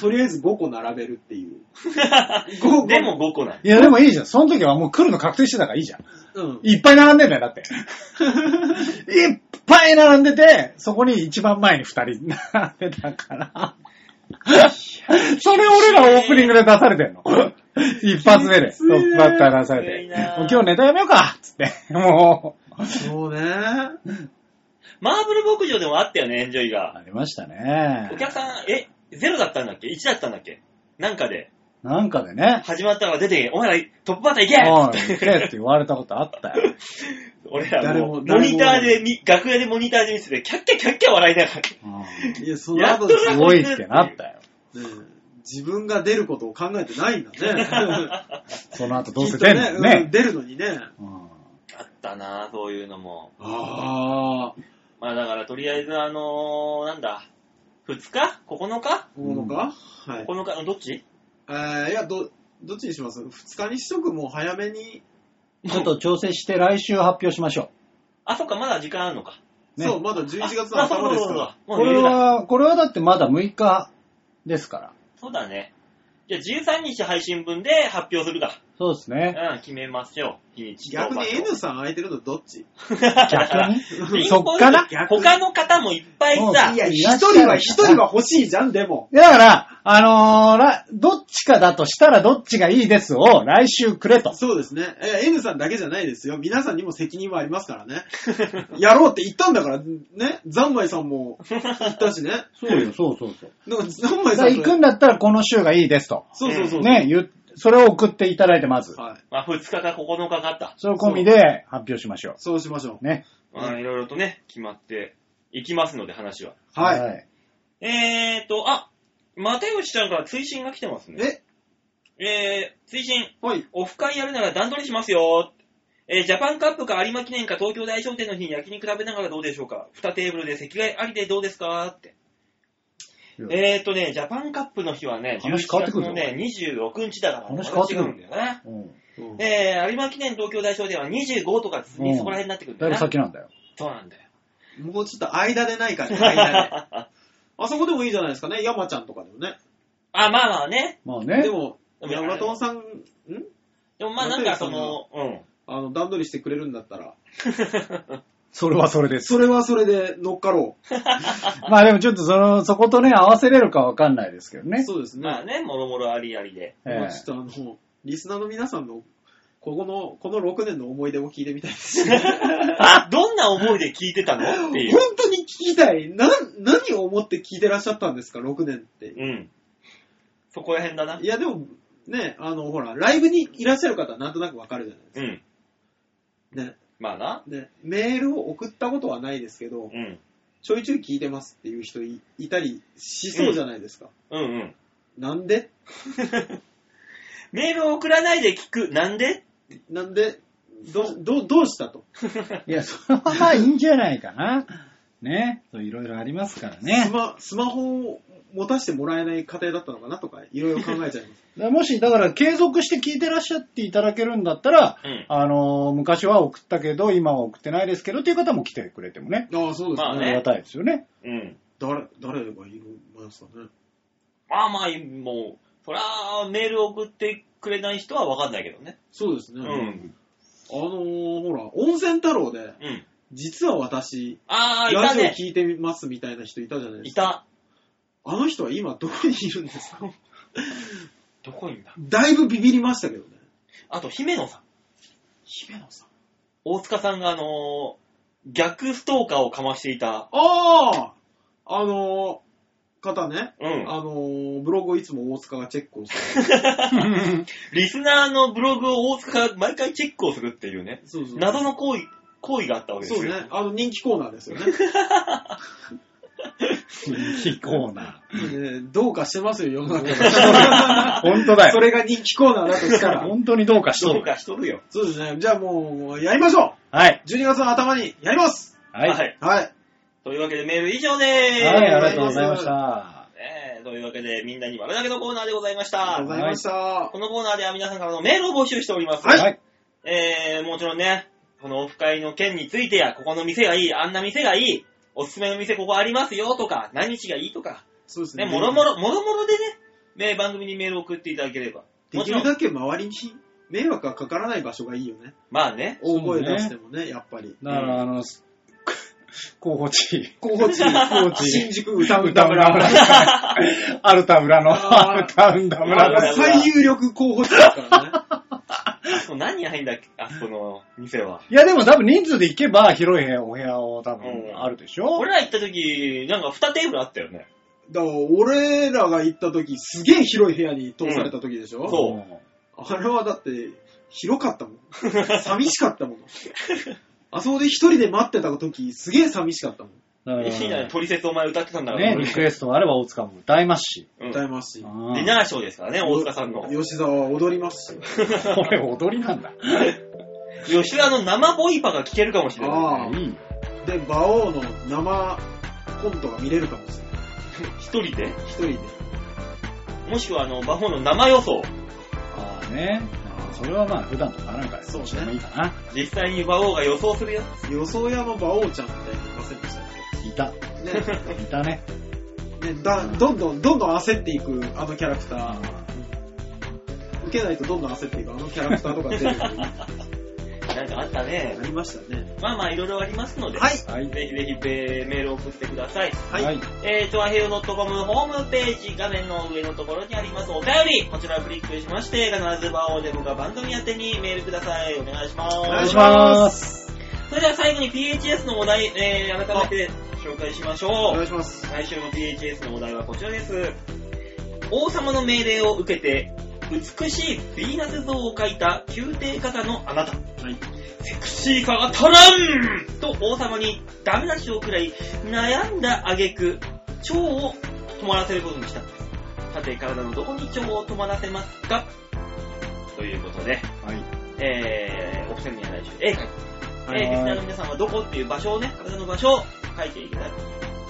とりあえず5個並べるっていう。5
で、も5個なんだ
いや、でもいいじゃん。その時はもう来るの確定してたからいいじゃん。
うん。
いっぱい並んでんだよ、だって。いっぱい並んでて、そこに一番前に二人並んでたから。それ俺らオープニングで出されてんの。一発目で、トップバッター出され
きつい
て
な。
もう今日ネタやめようかっつって。もう。
そうね。
マーブル牧場でもあったよね、エンジョイが。
ありましたね
お。客さん、え、0だったんだっけ ?1 だったんだっけなんかで、
なんかでね。
始まったから出てけ、お前らトップバッター
お
行
い、
け
行けって言われたことあったよ。
俺ら
誰
も
も
う、モ
誰も
ニターで見、楽屋でモニターで見せて、キャッキャキャッキャ笑いながら。
うん
いや、その後
やっと
すごいってなったよ。
ね自分が出ることを考えてないんだね。
その後どう
き
せ
っと
出んの
うん
ね。
出るのにね。
うん
あったなぁ、そういうのも。
ああ、
まあだから、とりあえず、あのー、なんだ、2日 ?9 日
ものか、はい。
?9 日、うんどっち
えー、いや、ど、どっちにします ?2 日にしとく、もう早めに。
ちょっと調整して来週発表しましょ
あ、そっか、まだ時間あるのか。
う。ね
そう、まだ11月の
あ、そう
頭
そう
です
[LAUGHS] そう
か
そうも
ら。。
う
これ
寝れない
は、これはだってまだ6日ですから。
そうだね。じゃあ13日配信分で発表するか。
そうですね。
うん、決めましょう。日にちと
逆に
場所
N さん空いてるのどっち
逆に
ピンポイント
そっから
逆に
他の方もいっぱいさ
うん
い、や、
い
一
らっしゃる
人は、一人は欲しいじゃん、でも。
だから、あのーら、どっちかだとしたらどっちがいいですを来週くれと。
そうですね。え、N さんだけじゃないですよ。皆さんにも責任はありますから [LAUGHS] ね。やろうって言ったんだから、ね。ざんまいさんも言ったしね。
そうよ、そうそうそう。
なんか、ざんま
だ
い
か
さ
ら
ん
行くんだったらこの週がいいですと。
そうそうそう。
ね、言うそれを送っていただいてまず。
はい。
まあ、2日か9日かあった。
それ込みで発表しましょ
そうしましょ
う。ね。
まあ、いろいろとね、決まっていきますので、話は。
う。はい。
い。
えーと、あ、又吉ちゃんから追伸が来てますね。
え、
えー、追伸、
はい。
オフ会やるなら段取りしますよ。えージャパンカップか有馬記念か東京大商店の日に焼肉食べながらどうでしょうか二テーブルで席替えありでどうですかって。
うん
えーとね、ジャパンカップの日はね、
話変わってくる
11
よ
のね、26日だから、
話変わってくる
また違うんだよね。
うん
うん
えー、有馬記念東京大商店は25とか、そこら辺になってくるんだよ
だいぶ
な。
先なんだよ。
そうなんだよ。
もうちょっと間でないかね、間で。 [LAUGHS] あそこでもいいじゃないですかね。山ちゃんとかでもね。
あ、まあまあね。
まあ
で
ね。
も、
でもやらない
山友さん、ん
でもまあなんかその、うん。
あの、段取りしてくれるんだったら、
それはそれです。
それはそれで乗っかろ
まあでもちょっとその、そことね、合わせれるかわかんないですけど
う。
ね。
そうですね。
[LAUGHS] まあね、もろもろありありで。
ええ
まあちょっとあの、リスナーの皆さんの、ここの、この6年の思い出を聞いてみたいです。本
どんな思いで聞いてたのっていう。
当に聞きたい。な、何を思って聞いてらっしゃったんですか、6年って。
うん。そこら辺だな。
いや、でも、ね、あの、ほら、ライブにいらっしゃる方はなんとなくわかるじゃないで
うん。
すか。
まあな。
ね、ね、メールを送ったことはないですけど
う、ん。
ちょいちょい聞いてますっていう人いいたりしそうじゃないですか。
うんうん。
なんで
メールを送らないで聞く。なんで
なんで、どう、どう、どうしたと。
いや、それはまあいいんじゃないかな。ね。そういろいろありますから
ス
ね。
マ、スマホを持たせてもらえない家庭だったのかなとか、いろいろ考えちゃいます。
だからもし、だから継続して聞いてらっしゃっていただけるんだったら、
うん
あのー昔は送ったけど、今は送ってないですけどっていう方も来てくれてもね、
ああ、そうです
ま
ね。
あ
あ
ね
りがたいですよね。
うん。
誰、誰がいるますかね。
まあまあ、もう、そら、メール送ってくれない人はわかんないけどね。
そうですね。
う
あ
ん。
のー、ほら、温泉太郎で、
うん。
実は私、
ああ、い
ラ
た
ジオ
ね。
聞いてますみたいな人いたじゃないで
い
すか。
た。
あの人は今どこにいるんです
[LAUGHS]
か
どこいんだ
だいぶビビりましたけどね。
あと、姫野さん。
姫野さん。
大塚さんが、あのー逆ストーカーをかましていた。
あああのー、方ね。
うん
あのー、ブログをいつも大塚がチェックをしてる。
リスナーのブログを大塚が毎回チェックをするっていうね。
そうそう。
謎の行為、行為があったわけですよ。
そうね。あの、人気コーナーですよ
[LAUGHS]
ね。
非コーナ
ねどうかしてますよ、世
[LAUGHS]
の中 [LAUGHS] が。
ー。本当だ
そ
よ。
れが人気コーナーだとしたら。
本当にどうかしと
どう
る。
かしとるよ。
そうですね。じゃあもう、やりましょ
はい。
う !12 月の頭にやります
はい。
は
はい、
い。
はい。
というわけでメール以上でーす。
ありがとうございました。
えーというわけで、みんなに丸投げのコーナーでございまし
ありがと
た
うご。ざいました。
このコーナーでは皆さんからのメールを募集しております。
はい
はい。
えー、もちろんね、このオフ会の件についてや、ここの店がいい、あんな店がいい、おすすめの店ここありますよとか、何日がいいとか、
そうです
ね、
ね。
もろもろ、もろもろでね、ね、番組にメールを送っていただければ。
で
も
き
ちろ
る
ん、
だけ周りに迷惑がかからない場所がいいよね。
まあね、
大声出してもね、やっぱり。
だから、あの、す [LAUGHS] 候補地。
候補地、
[LAUGHS] 候補
[LAUGHS]
地
新宿歌う
歌
歌 [LAUGHS]
村
村。
アルタ村の、
あー
アルタウンダ村
あ
の。
ー
最有力候補地ですからね。
あそこ何が入んだっけ、あそこの店は。
[LAUGHS] いや、でも多分人数で行けば広い部屋お部屋を多
うん
分あるでしょ、
俺ら行った時、なんか2テーブルあったよね。
だから、俺らが行った時、すげえ広い部屋に通された時でしょ、
うんそう
あれはだって、広かったも
[LAUGHS]
ん。寂しかったもん。あそこで一人で待ってた時、すげえ寂しかったもん。
だから
いいな、
ね、
トリセツお前歌ってたんだから。
リクエストがあれば大塚も歌いますし。
うん
歌いますし。
あ
ディ
ー
ナーショーですからね、大塚さんの。
吉沢は踊りますし。
これ踊りなんだ。
吉田の生ボイパが聞けるかもしれない。
ああ
い。いよ
で、馬王の生コントが見れるかもしれない。
一人で
一人で。
もしくは、あの、魔法の生予想。
ああね。それはまあ普段と変わらんから、
そうね
どっちでもいいかな。
実際に馬王が予想するや
予想屋の馬王ちゃんみたいにいませんでしたっ
いた。
けね
いたね。
ねだどんどんどんどん焦っていくあのキャラクター受けないとどんどん焦っていくあのキャラクターとか出てくるあ
つ。なんかあったね。
りました
[LAUGHS]
ね
まあまあいろいろありますので、
はい
はい。
ぜひぜひえーメールを送ってください。
はい、
はい。
えー、ちょあへよ .com ホームページ画面の上のところにありますお便り、こちらをクリックしまして、必ず馬王デモが番組宛てにメールください。お願いします。
お
お
願
願
い
い
し
し
ま
ます。
それでは最後に PHS のお題、えー、改めて紹介しまし
お
ょ。
願いうします
最初の PHS のお題はこちらです。王様の命令を受けて、美しいヴィーナス像を描いた宮廷画家のあなた。
はい
セクシー化が足らんと王様にダメ出しをくらい悩んだ挙句、蝶を止まらせることにしたんです。さて、体のどこに蝶を止まらせますかということで、
はい。
えー、お二人には来週絵描いて、
はい
えー、リスナーの皆さんはどこっていう場所をね、体の場所を書いていただき、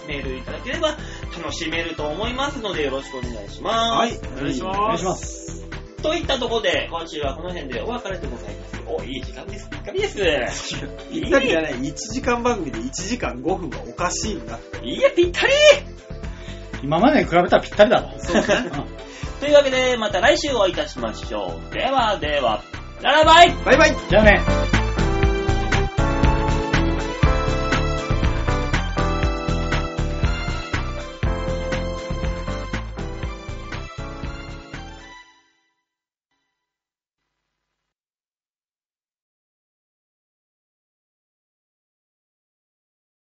メールいただければ楽しめると思いますのでよろしくお願いします。
はいお願いします
お願いします。
といったところで、今週はこの辺でお別れでございます。お、いい時間です。いっかりです。
[LAUGHS] ぴったりじゃない1時間番組で1時間5分はおかしいんだ
いや、ぴったり
今までに比べたらぴったりだろ。
そうね
[LAUGHS] というわけで、また来週お会いいたしましょう。ではでは、ララバイ
バイバイ
じゃあね。